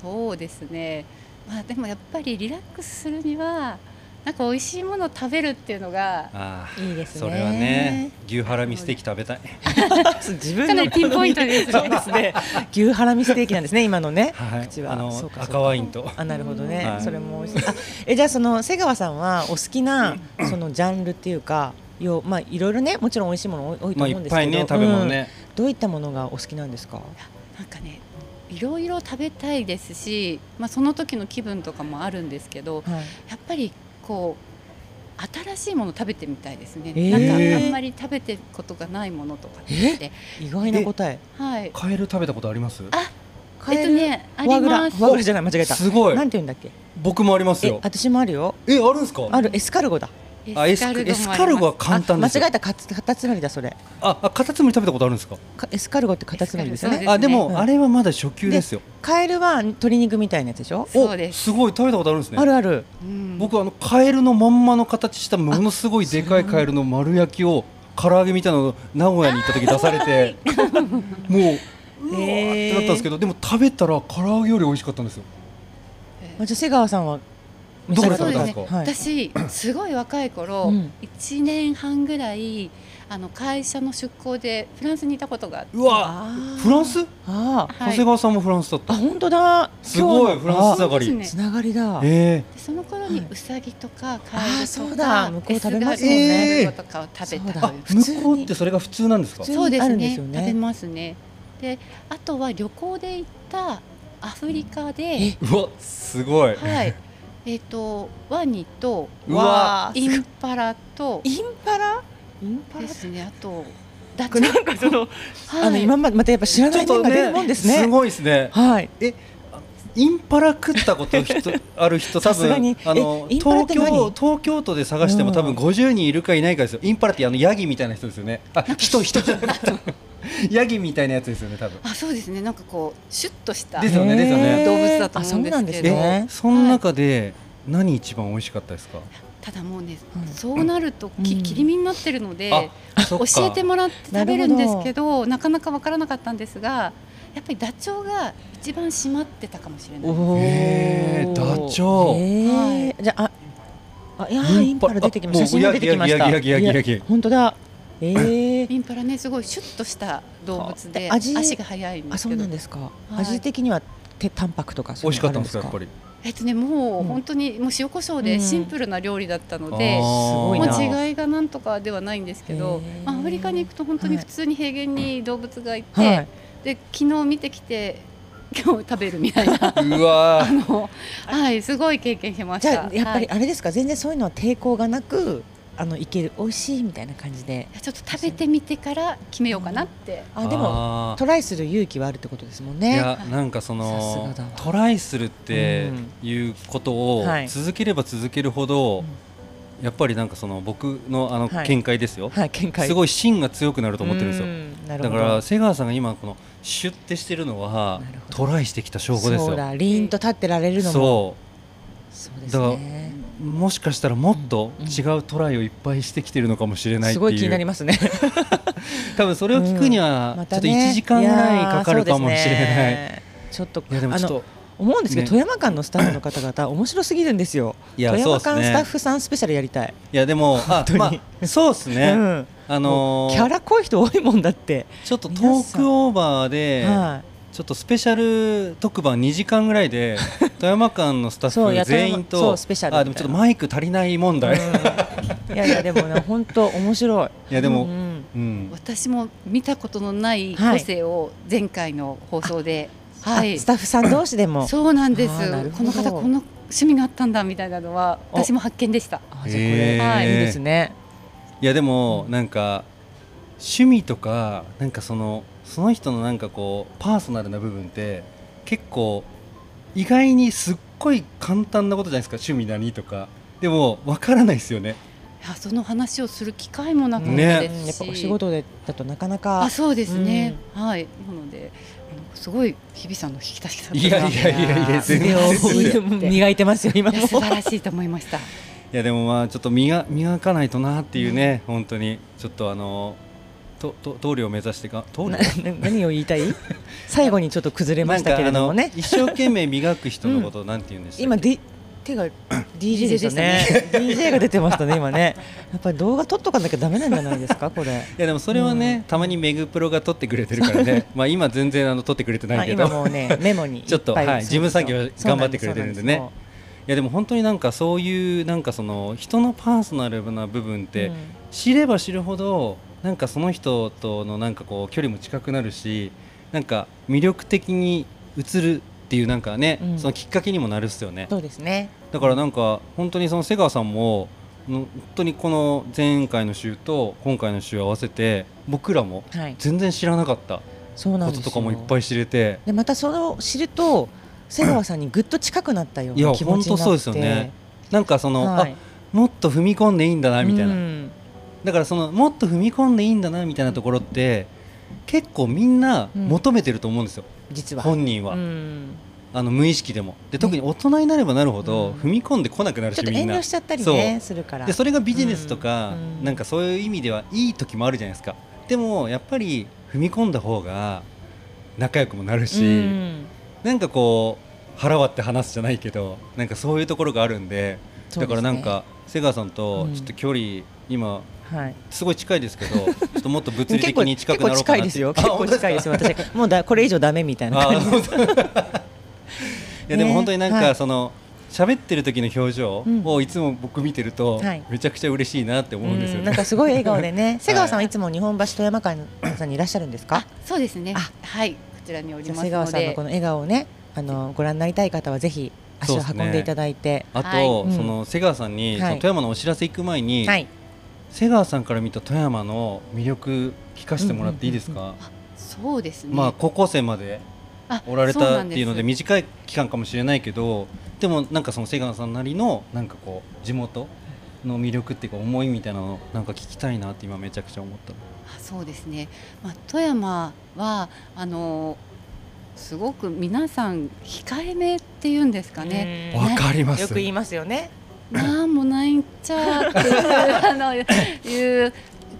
Speaker 5: そうですねまあでもやっぱりリラックスするにはなんか美味しいものを食べるっていうのが
Speaker 1: あー
Speaker 2: いいですね。
Speaker 1: それはね牛ハラミステーキ食べたい
Speaker 2: 自分
Speaker 5: か
Speaker 2: の
Speaker 5: なりピンポイントです
Speaker 2: そうで
Speaker 5: ね
Speaker 2: すね。牛ハラミステーキなんですね今のね。
Speaker 1: はい
Speaker 2: 口は
Speaker 1: あの
Speaker 2: そうかそうか
Speaker 1: 赤ワインと
Speaker 2: あなるほどね、
Speaker 1: はい
Speaker 2: それも美味しい。あえじゃあその瀬川さんはお好きなそのジャンルっていうか。よまあいろいろねもちろん美味しいもの多いと
Speaker 1: まあい
Speaker 2: 思う
Speaker 1: っ
Speaker 2: んですけど、
Speaker 1: ぱいね食べ物ね
Speaker 2: うんどういったものがお好きなんですか
Speaker 5: なんかねいろいろ食べたいですし、まあ、その時の気分とかもあるんですけど
Speaker 2: はい
Speaker 5: やっぱりこう新しいもの食べてみたいですね、
Speaker 2: えー
Speaker 5: なんかあんまり食べてことがないものとかって
Speaker 2: 意外な答え
Speaker 5: はい
Speaker 1: カエル食べたことあります
Speaker 5: あえっとねあ
Speaker 2: フォア
Speaker 5: り
Speaker 2: グラ
Speaker 5: ま
Speaker 2: フ
Speaker 5: す
Speaker 2: ォアグラじゃない間違えた
Speaker 1: すごい
Speaker 2: なんて言うんだっけ
Speaker 1: 僕もあります
Speaker 2: え
Speaker 1: よ
Speaker 2: 私もあるよ
Speaker 1: えあるんですか
Speaker 2: あるエスカルゴだ
Speaker 1: あエス
Speaker 5: もあり
Speaker 1: ク
Speaker 5: ま
Speaker 1: エ
Speaker 5: す
Speaker 1: スカルゴは簡単
Speaker 2: あ
Speaker 1: ですよ
Speaker 2: 間違えたカツカタツムリだそれ
Speaker 1: ああカタツムリ食べたことあるんですか
Speaker 2: かエスカルゴってカタツムリですよ
Speaker 5: エスカル
Speaker 2: ね
Speaker 5: ゴ
Speaker 1: あでも、
Speaker 2: うん
Speaker 1: あれはまだ初級ですよ
Speaker 2: カエルは鶏肉みたいなやつでしょ
Speaker 5: そうです
Speaker 1: すごい食べたことあるんですね
Speaker 2: あるある
Speaker 5: うん
Speaker 1: 僕あのカエルのまんまの形したものすごいでかいカエルの丸焼きを唐揚げみたいなのを名古屋に行った時出されてもうう わーってなったんですけどでも食べたら唐揚げより美味しかったんですよ
Speaker 5: え
Speaker 2: あじゃあ瀬川さんは
Speaker 1: どこで
Speaker 5: そ
Speaker 1: 食
Speaker 5: う
Speaker 1: べ
Speaker 5: で
Speaker 1: たん
Speaker 5: す
Speaker 1: です
Speaker 5: ね
Speaker 1: か
Speaker 2: はい
Speaker 5: 私すごい若い頃、
Speaker 2: うん
Speaker 5: 一年半ぐらいあの会社の出向でフランスにいたことがあって
Speaker 1: うわ
Speaker 2: あ
Speaker 1: フランス長
Speaker 2: あー
Speaker 5: はい
Speaker 1: 谷川さんもフランスだっ
Speaker 2: あ
Speaker 1: た
Speaker 2: 本当だ
Speaker 1: すごいフランス上
Speaker 5: だ
Speaker 1: が
Speaker 5: そうで
Speaker 1: り
Speaker 5: すね
Speaker 2: つながりだ
Speaker 1: え
Speaker 5: でその頃にウサギとかカエ
Speaker 2: あー
Speaker 5: ル
Speaker 2: そ
Speaker 5: と
Speaker 2: うだ
Speaker 5: か
Speaker 2: 向こう食べます
Speaker 1: もんね
Speaker 5: エスカルゴとかを食べ
Speaker 2: そう
Speaker 5: た
Speaker 1: ー
Speaker 2: だ
Speaker 5: という
Speaker 2: 普通に
Speaker 1: 向こうってそれが普通なんですか
Speaker 2: 普通
Speaker 5: そうで
Speaker 2: あ
Speaker 5: す
Speaker 2: るんで
Speaker 5: ね
Speaker 2: すよね
Speaker 5: 食べますねであとは旅行で行ったアフリカ
Speaker 2: え
Speaker 5: で
Speaker 1: うわすごい
Speaker 5: はいえっ、とワニと
Speaker 1: うわ
Speaker 5: インパラと
Speaker 2: インパラインパラ
Speaker 5: で
Speaker 2: って
Speaker 5: すねあとダチョウ
Speaker 2: なんかその
Speaker 5: はい
Speaker 2: あの今までまたやっぱ知らない点が出るもんで
Speaker 1: す
Speaker 2: すね
Speaker 1: ごいですね
Speaker 2: はい
Speaker 1: インパラ食ったこと人ある人多
Speaker 2: さすがに
Speaker 1: 分あの
Speaker 2: えインパラっ
Speaker 1: 東
Speaker 2: て何
Speaker 1: 京東京都で探しても多分
Speaker 2: うん
Speaker 1: 50人いるかいないかですよインパラってあのヤギみたいな人ですよねあ人人じゃ なくてヤギみたいなやつですよね多分
Speaker 5: あそうですねなんかこうシュッとした
Speaker 1: ですよね
Speaker 2: へー
Speaker 1: ですよね
Speaker 5: 動物だと思
Speaker 2: あ
Speaker 5: うんですけど
Speaker 2: そうなんです
Speaker 1: え
Speaker 2: ね
Speaker 1: その中で何一番美味しかったですか
Speaker 5: ただもうね、
Speaker 2: うん
Speaker 5: そうなると
Speaker 2: うん
Speaker 5: き切り身になってるので、
Speaker 1: あそっか
Speaker 5: 教えてもらって食べるんですけどなかなかわからなかったんですがやっぱりダチョウが一番締まってたかもしれない
Speaker 2: お
Speaker 1: えーダチョウ
Speaker 2: えーじゃあああいやー
Speaker 1: イ
Speaker 2: イ
Speaker 1: ン
Speaker 2: ン
Speaker 1: パ
Speaker 2: パ
Speaker 1: ラ
Speaker 2: ラ出てきまし
Speaker 1: あも
Speaker 2: た
Speaker 1: う
Speaker 2: 写真が出てきました
Speaker 1: ヤギヤギヤギヤギヤギ
Speaker 2: いや本 当だえー
Speaker 5: インパラねすごいシュッとした動物で
Speaker 2: あ味
Speaker 5: 足が速いんで
Speaker 2: あ
Speaker 5: す
Speaker 2: そ
Speaker 5: け
Speaker 2: う
Speaker 5: ど
Speaker 2: なんですか
Speaker 5: い
Speaker 2: 味的にはてタンパクとかそ
Speaker 1: 美味
Speaker 2: う
Speaker 1: し
Speaker 2: いう
Speaker 1: か
Speaker 2: の
Speaker 1: っ
Speaker 2: あ
Speaker 1: たんで
Speaker 2: る
Speaker 1: すかやっぱ
Speaker 2: り
Speaker 1: り
Speaker 5: えっとねもう本当にもう塩コショウでシンプルな料理だったので、
Speaker 2: ごい
Speaker 5: も
Speaker 2: な
Speaker 5: う違いがなんとかではないんですけど
Speaker 2: へー、
Speaker 5: まあアフリカに行くと本当に普通に平原に動物がいて、
Speaker 2: はい
Speaker 5: で昨日見てきて今日食べるみたいな
Speaker 1: うわ
Speaker 5: あのはいすごい経験しまし
Speaker 2: じ
Speaker 5: た
Speaker 2: ゃあやっぱり
Speaker 5: はい
Speaker 2: あれですか、全然そういうのは抵抗がなくあのいける美味しいみたいな感じで
Speaker 5: いやちょっと食べてみてから決めようかなって、
Speaker 2: あでも
Speaker 1: も
Speaker 2: トライする勇気はあるってことですもん
Speaker 1: い
Speaker 2: ね
Speaker 1: やなんかその
Speaker 2: さすがだわ
Speaker 1: トライするっていうことを
Speaker 2: うんはい
Speaker 1: 続ければ続けるほど、
Speaker 2: うん
Speaker 1: やっぱりなんかその僕のあの
Speaker 2: はい
Speaker 1: 見解ですよ、
Speaker 2: はい見解
Speaker 1: す
Speaker 2: い
Speaker 1: ごい芯が強くなると思ってるんですよ
Speaker 2: なる
Speaker 1: だ
Speaker 2: ほ
Speaker 1: か
Speaker 2: ど
Speaker 1: ら瀬川さんが今このシュッてしてるのは
Speaker 2: なるほど
Speaker 1: トライしてきた証拠です
Speaker 2: そ
Speaker 1: よ
Speaker 2: うだリーンと立ってられるのも
Speaker 1: そ
Speaker 2: そうで
Speaker 1: だ
Speaker 2: す
Speaker 1: から
Speaker 2: ね
Speaker 1: うもしかしたらもっと
Speaker 2: うん
Speaker 1: 違うトライをいっぱいしてきてるのかもしれないって
Speaker 2: す
Speaker 1: いう
Speaker 2: ごい気になりますね
Speaker 1: 多分それを聞くには
Speaker 2: うんま
Speaker 1: ちょ
Speaker 2: た
Speaker 1: っと
Speaker 2: ね
Speaker 1: 1時間ぐらいかかるかもしれない,、
Speaker 2: いやーそうですねちょっと
Speaker 1: いやでも
Speaker 2: あ
Speaker 1: ちょっ
Speaker 2: の
Speaker 1: と
Speaker 2: 思うんですけど
Speaker 1: ね
Speaker 2: 富山間のスタッフの方々面白すぎるんですよ
Speaker 1: いや
Speaker 2: 富山
Speaker 1: そう
Speaker 2: 間
Speaker 1: ですね
Speaker 2: スタッフさんスペシャルやりたい
Speaker 1: いやでもあ
Speaker 2: 当に
Speaker 1: まあそうですね、
Speaker 2: うん
Speaker 1: あのー
Speaker 2: キャラ濃い人多いもんだって
Speaker 1: ちょっとトークオーバーで
Speaker 2: はい
Speaker 1: ちょっとスペシャル特番2時間ぐらい で富山間のスタ
Speaker 2: そう
Speaker 1: ッ
Speaker 2: いや
Speaker 1: フ全員
Speaker 2: 富山そ
Speaker 1: と
Speaker 2: うスペシャルみたいな
Speaker 1: あでもちょっとマイク足りない問題、い
Speaker 2: いやいやでもね本当面白い。
Speaker 1: やでも、
Speaker 2: う
Speaker 1: うん
Speaker 2: ん
Speaker 5: 私も見たことのない
Speaker 2: はい
Speaker 5: 個性を前回の放送で、
Speaker 2: あ
Speaker 5: はい
Speaker 2: スタッフさん同士でも。
Speaker 5: そうなん
Speaker 2: あ
Speaker 5: です
Speaker 2: ーなるほど
Speaker 5: この方この趣味があったんだみたいなのは
Speaker 2: お
Speaker 5: 私も発見でした
Speaker 2: あじゃあこれ、
Speaker 1: へ
Speaker 5: ー
Speaker 2: い、いですね。
Speaker 1: いやでもなんか趣味とかなんかそのその人のなんかこうパーソナルな部分って結構意外にすっごい簡単なことじゃないですか趣味何とかでもわからないですよね
Speaker 5: いやその話をする機会もなかった
Speaker 1: ね
Speaker 5: で
Speaker 2: うんやっ
Speaker 5: すし、
Speaker 2: ぱお仕事でだとなかな
Speaker 5: あ
Speaker 2: か。
Speaker 5: そうですね、はいなのであのすごい日々さんの引き出しだったない
Speaker 1: やいやいやいや全然ですよ
Speaker 2: 腕を 磨いてますよ今
Speaker 5: い
Speaker 2: も
Speaker 5: や。素晴らしいと思いました
Speaker 1: いやでもまあちょっと磨磨かないとなっていうね、本当にちょっとあのとと棟梁を目指してか棟梁
Speaker 2: なな 何を言いたい？最後にちょっと崩れましたけれども
Speaker 1: なん
Speaker 2: ね
Speaker 1: かあ。の一生懸命磨く人のことをなんて言うんでしたっけ
Speaker 2: 今 D 手が DJ でしたね。DJ が出てましたね今ね。やっぱり動画撮っとかなきゃダメなんじゃないですかこれ。
Speaker 1: いやでもそれはね、たまにメグプロが撮ってくれてるから ねまあ今全然あの撮ってくれてな
Speaker 2: あ
Speaker 1: いけど、
Speaker 2: 今もう ねメモにいぱ
Speaker 1: ちょっとはい事務作業頑張ってくれてるんでね
Speaker 2: そうなんす
Speaker 1: いやでも本当になんかそういうなんかその人のパーソナルな部分っ
Speaker 2: そう
Speaker 1: て
Speaker 2: なんです
Speaker 1: 知れば知るほどなんかその人とのなんかこう距離も近くなるしなんか魅力的に映るっていうなんかね、
Speaker 2: うん
Speaker 1: そのきっかけにもなるっすよね
Speaker 2: うんそうですね。
Speaker 1: だからなんか本当にその瀬川さんもの本当にこの前回の週と今回の週合わせて僕らも
Speaker 2: はい。
Speaker 1: 全然知らなかった
Speaker 2: そうなん
Speaker 1: こ
Speaker 2: です
Speaker 1: と
Speaker 2: よ
Speaker 1: とかもいっぱい知れて
Speaker 2: でまたそれを知ると瀬川さんにぐっと近くなったよう
Speaker 1: いや
Speaker 2: な気持ちになって
Speaker 1: ほんとそうですよねなんかその、
Speaker 2: はい、
Speaker 1: あもっと踏み込んでいいんだなみたいな、
Speaker 2: うん
Speaker 1: だからそのもっと踏み込んでいいんだなみたいなところって結構みんな求めてると思うんですよ、
Speaker 2: 実は
Speaker 1: 本人は、
Speaker 2: うん
Speaker 1: あの無意識でもで特に大人になればなるほど
Speaker 2: うん
Speaker 1: 踏み込んでこなくなる
Speaker 2: ち
Speaker 1: し
Speaker 2: ょっと
Speaker 1: み
Speaker 2: 遠
Speaker 1: んな
Speaker 2: 慮しちゃったりねするから
Speaker 1: でそれがビジネスとか、
Speaker 2: うん
Speaker 1: なんかそういう意味ではいい時もあるじゃないですかでもやっぱり踏み込んだ方が仲良くもなるし、
Speaker 2: うん
Speaker 1: なんかこう腹割って話すじゃないけどなんかそういうところがあるんで
Speaker 2: そうですね
Speaker 1: だからなんか瀬川さんと
Speaker 2: うん
Speaker 1: ちょっと距離、今
Speaker 2: はい
Speaker 1: すごい近いですけ どちょっともっと物理
Speaker 2: 結
Speaker 1: 的
Speaker 2: 構
Speaker 1: に
Speaker 2: 結
Speaker 1: 近くな
Speaker 2: 構
Speaker 1: ろうか
Speaker 2: 近
Speaker 1: ないって
Speaker 2: ですよ
Speaker 1: あ
Speaker 2: 結構
Speaker 1: 本当
Speaker 2: 近いですよ私もうだこれ以上ダメみたいな
Speaker 1: あ
Speaker 2: 感じ
Speaker 1: 本当 いやでも本当になん
Speaker 2: ねは
Speaker 1: か
Speaker 2: い
Speaker 1: その喋ってる時の表情をいつも僕見てると
Speaker 2: はい
Speaker 1: めちゃくちゃ嬉しいなって思うんですよ
Speaker 2: うんなん
Speaker 1: ね。
Speaker 2: かすごい笑顔でね瀬川さんはいつも日本橋富山会のさんにいらっしゃるんですか
Speaker 5: あそうですね
Speaker 2: あ
Speaker 5: はいこちらにおり
Speaker 2: じゃ
Speaker 5: ま
Speaker 2: あ
Speaker 5: す
Speaker 2: 瀬川
Speaker 5: の
Speaker 2: さんの
Speaker 5: で
Speaker 2: この笑顔をねあのご覧になりたい方はぜひ足を運んでいただいて、
Speaker 1: あ
Speaker 5: は
Speaker 1: と
Speaker 2: い
Speaker 1: その瀬川さんに
Speaker 2: はい
Speaker 1: その富山のお知らせ行く前に
Speaker 2: はい
Speaker 1: 瀬川さんから見た富山の魅力聞かせてもらっていいですか。
Speaker 5: そうですね、
Speaker 1: まあ高校生まで
Speaker 5: あ
Speaker 1: おられ
Speaker 5: そう
Speaker 1: た
Speaker 5: な
Speaker 1: っ
Speaker 5: ん
Speaker 1: ていうのです短い期間かもしれないけどでもなんかその瀬川さんなりのなんかこう地元の魅力っていうか思いみたいなのをなんか聞きたいなって今めちゃくちゃ思った
Speaker 5: あそうですね、まあ、富山はあのすごく皆さん控えめっていうんですかね、
Speaker 2: うん
Speaker 1: わかります
Speaker 2: よく言いますよね。
Speaker 5: なんもないんちゃうっていうあのいう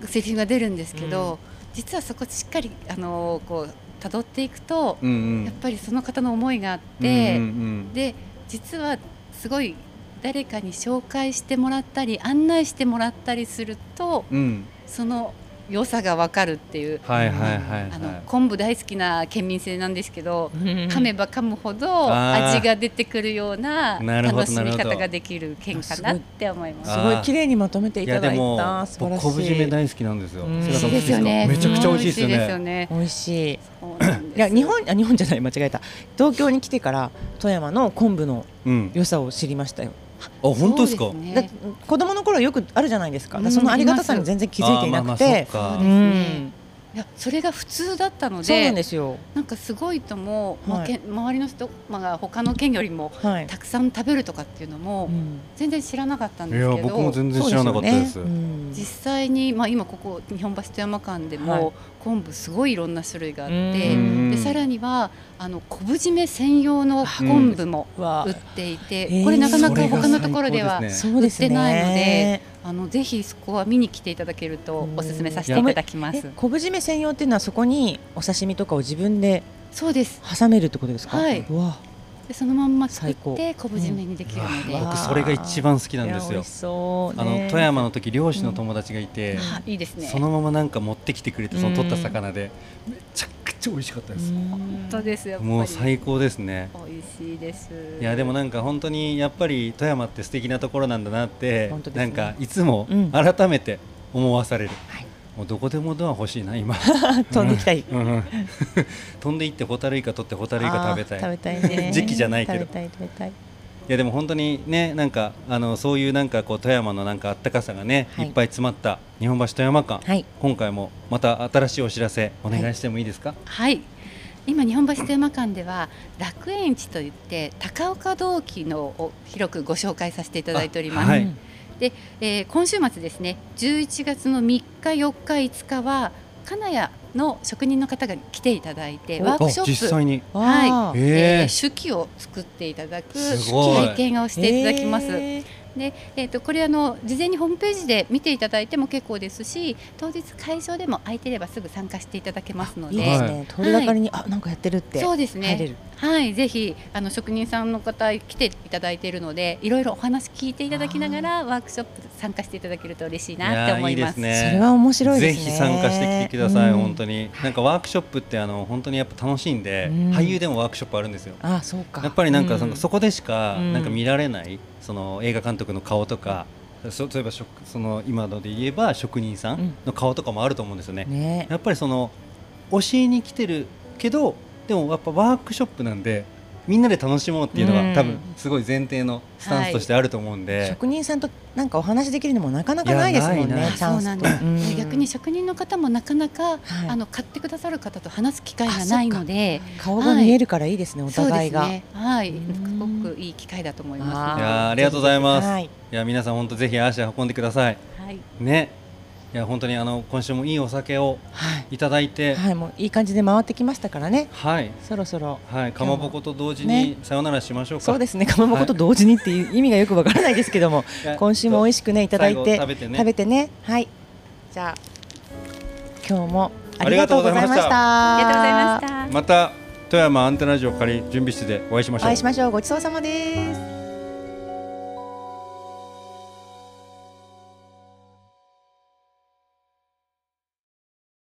Speaker 5: セリフが出るんですけど、実はそこしっかりあのこう辿っていくと、
Speaker 1: うんうん
Speaker 5: やっぱりその方の思いがあっ
Speaker 1: う
Speaker 5: て、
Speaker 1: んうんうん
Speaker 5: で実はすごい誰かに紹介してもらったり案内してもらったりすると
Speaker 1: うん
Speaker 5: その良さが分かるっていう、
Speaker 1: はいはいはいはい
Speaker 5: あの昆布大好きな県民性なんですけど噛めば噛むほど
Speaker 1: あー
Speaker 5: 味が出てくるような
Speaker 1: なるほど
Speaker 5: 楽しみ
Speaker 1: なるほ
Speaker 5: 方
Speaker 1: ど
Speaker 5: ができる県かなって思います。
Speaker 2: すごい綺麗にまとめてい
Speaker 1: い
Speaker 2: た
Speaker 1: やで
Speaker 2: だい
Speaker 1: も
Speaker 2: た素晴
Speaker 1: 僕
Speaker 2: らしい
Speaker 1: 昆布締め大好きなんですよ。
Speaker 2: うん
Speaker 1: 瀬
Speaker 5: 美
Speaker 1: 川
Speaker 5: 味
Speaker 1: さ
Speaker 5: し
Speaker 1: ん
Speaker 5: い
Speaker 1: も好き
Speaker 5: ですよね。
Speaker 1: めちゃくちゃ美味しいです
Speaker 5: う
Speaker 1: よ
Speaker 5: ん
Speaker 1: ね。
Speaker 5: 美味しいですよね。
Speaker 2: 美味しい
Speaker 5: そうなんです
Speaker 2: いや日本あ日本じゃない間違えた東京に来てから富山の昆布の
Speaker 1: うん。あ
Speaker 2: 良さを知りましたよ、
Speaker 1: 本当ですか
Speaker 5: そう。ね
Speaker 2: だって子供の頃よくあるじゃないですか、
Speaker 5: うん
Speaker 2: そのありがたさに全然気づいていなくて、
Speaker 1: あーまあまあそっか
Speaker 5: う
Speaker 2: う
Speaker 5: ん
Speaker 2: ん
Speaker 5: いやそれが普通だったの
Speaker 2: そうな
Speaker 5: で
Speaker 2: んですよ
Speaker 5: なんかすごいとも、まあ
Speaker 2: はい
Speaker 5: け周りの人、まあ、他の県よりも
Speaker 2: はい、
Speaker 5: たくさん食べるとかっていうのも
Speaker 2: うん
Speaker 5: 全然知らなかったん
Speaker 1: い
Speaker 5: です
Speaker 1: や
Speaker 5: けど、
Speaker 1: 僕も全然知らなかったです。
Speaker 2: そうよねうん
Speaker 5: 実際に、まあ、今ここ日本橋富山間でも、
Speaker 2: はい
Speaker 5: 昆布すごいいろんな種類があっ
Speaker 1: う
Speaker 5: て
Speaker 1: ん
Speaker 5: でさらにはあの昆布締め専用の昆布も
Speaker 2: わ
Speaker 5: 売っていて、
Speaker 2: うん
Speaker 5: これなかな
Speaker 2: え
Speaker 5: か
Speaker 2: ー
Speaker 5: 他のところで
Speaker 1: そ
Speaker 5: は
Speaker 1: れが最高ですね
Speaker 2: そうですね
Speaker 5: 売ってないのであのぜひそこは見に来ていただけるとおすすめさせていただきま
Speaker 2: え
Speaker 5: す。
Speaker 2: 昆布締め専用っていうのはそこにお刺身とかを自分で
Speaker 5: そうです
Speaker 2: 挟めるってことですか、
Speaker 5: はいう
Speaker 2: わ
Speaker 5: でそのまんま作っ
Speaker 2: 最高
Speaker 5: て昆布締めにできるので、
Speaker 2: うわ
Speaker 1: 僕それが一番好きなんで
Speaker 2: いや
Speaker 1: す
Speaker 2: 美
Speaker 1: よ
Speaker 2: 味し。そうね
Speaker 1: あの富山の時漁師の友達がいて、
Speaker 5: あいいですね
Speaker 1: そのままなんか持ってきてくれてその取った魚でめちゃくちゃ美味しかったです。
Speaker 5: 本当ですやっぱり
Speaker 1: もう最高ですね。
Speaker 5: 美味しいです
Speaker 1: いやでも
Speaker 5: な
Speaker 1: なんか本当にやっぱり富山って素敵なところなんだなって、
Speaker 2: 本当です
Speaker 1: な
Speaker 2: ね
Speaker 1: んかいつも
Speaker 2: うん
Speaker 1: 改めて思わされる、
Speaker 2: はい
Speaker 1: もうどこでもドア欲しいな今
Speaker 2: 飛んできたい
Speaker 1: うんうん 飛んでいってホタルイカ取ってホタルイカ食べたい
Speaker 2: あー食べたいね
Speaker 1: 時期じゃないけど
Speaker 2: 食べたい食べたい
Speaker 1: いやでも本当にねなんかあのそういうなんかこう富山のなんかあったかさがね、
Speaker 2: はい
Speaker 1: い、っぱい詰まった日本橋富山館、
Speaker 2: はい
Speaker 1: 今回もまた新しいお知らせお願いしてもいいですか、
Speaker 5: はい今日本橋テーマ館では楽園地といって高岡銅器のを広くご紹介させていただいております、
Speaker 1: あはい
Speaker 2: うん
Speaker 5: えー今週末ですね11月の3日4日5日は金谷の職人の方が来ていただいて
Speaker 2: お
Speaker 5: ワー
Speaker 1: あ
Speaker 5: クショップ
Speaker 1: 実際に
Speaker 2: わあ
Speaker 1: え
Speaker 5: え
Speaker 1: え
Speaker 5: ー手記を作っていただく
Speaker 1: すごい
Speaker 5: 体験をしていただきます。
Speaker 2: へー
Speaker 5: えー、とこれあの事前にホームページで見ていただいても結構ですし当日会場でも空いてればすぐ参加していただけますの
Speaker 2: いい
Speaker 5: で、
Speaker 2: です
Speaker 1: は
Speaker 2: ね通りがかりにあなんかやってるって
Speaker 5: そうです
Speaker 2: 入れ
Speaker 5: ね、
Speaker 2: る
Speaker 5: はい、ぜひあの職人さんの方来ていただいているのでいろいろお話聞いていただきながらワークショップ参加していただけると嬉しいなって思います。
Speaker 1: いやーいいですね
Speaker 2: それは面白いですね
Speaker 1: ぜひ参加してきてください、
Speaker 2: うん
Speaker 1: 本当になんかワークショップってあの本当にやっぱ楽しいんで、
Speaker 2: うん
Speaker 1: 俳優でもワークショップあるんですよ
Speaker 2: あそうか
Speaker 1: やっぱりなんかその、
Speaker 2: う
Speaker 1: そこでしか
Speaker 2: うん
Speaker 1: なんか見られない、その映画監督の顔とか、そ例えば職その今ので言えば職人さんの顔とかもあると思うんですよね、
Speaker 2: ね
Speaker 1: やっぱりその教えに来てるけどでもやっぱワークショップなんでみんなで楽しもうっていうの
Speaker 2: う
Speaker 1: が
Speaker 2: ん
Speaker 1: 多分すごい前提のスタンスとしてあると思うんで、
Speaker 2: 職人さんとなんかお話しできるのもなかなかないですもん
Speaker 1: いやない
Speaker 2: ね
Speaker 1: ない
Speaker 2: チ
Speaker 5: そ
Speaker 2: ャ
Speaker 5: う
Speaker 2: ン
Speaker 5: な
Speaker 2: ス
Speaker 5: ん
Speaker 2: と
Speaker 5: です、
Speaker 2: うん
Speaker 5: 逆に職人の方もなかなか、
Speaker 2: はい
Speaker 5: あの買ってくださる方と話す機会がないので
Speaker 2: 顔が見えるからいいですねお
Speaker 5: そうで
Speaker 2: 互い
Speaker 5: す
Speaker 2: が
Speaker 5: ねはい
Speaker 2: うん
Speaker 5: すごくいい機会だと思い
Speaker 2: あ
Speaker 5: ま
Speaker 2: ー
Speaker 1: いやーありがとうございます
Speaker 2: はい
Speaker 1: いや皆さん本当ぜひ足運んでください
Speaker 5: す。はい
Speaker 1: ねいや本当にあの今週もいいお酒を
Speaker 2: はい
Speaker 1: いただいて、
Speaker 2: はいもういい感じで回ってきましたからね
Speaker 1: はい、
Speaker 2: そろそろ
Speaker 1: はい、かまぼこと同時
Speaker 2: ね
Speaker 1: にさよならしましょうか。
Speaker 2: そうですねかまぼこと同時にっていう意味がよくわからないですけども
Speaker 1: いや
Speaker 2: 今週も美味しくねいただい
Speaker 1: 最
Speaker 2: て
Speaker 1: 後食べてね
Speaker 2: 食べてねはいじゃあ今日もありがとうございました
Speaker 5: あ
Speaker 2: あ
Speaker 5: りがとうございました。
Speaker 1: また富山アンテナジオ仮準備室でお会いしましょ
Speaker 2: お
Speaker 1: う
Speaker 2: 会いし。ましょうごちそうさまです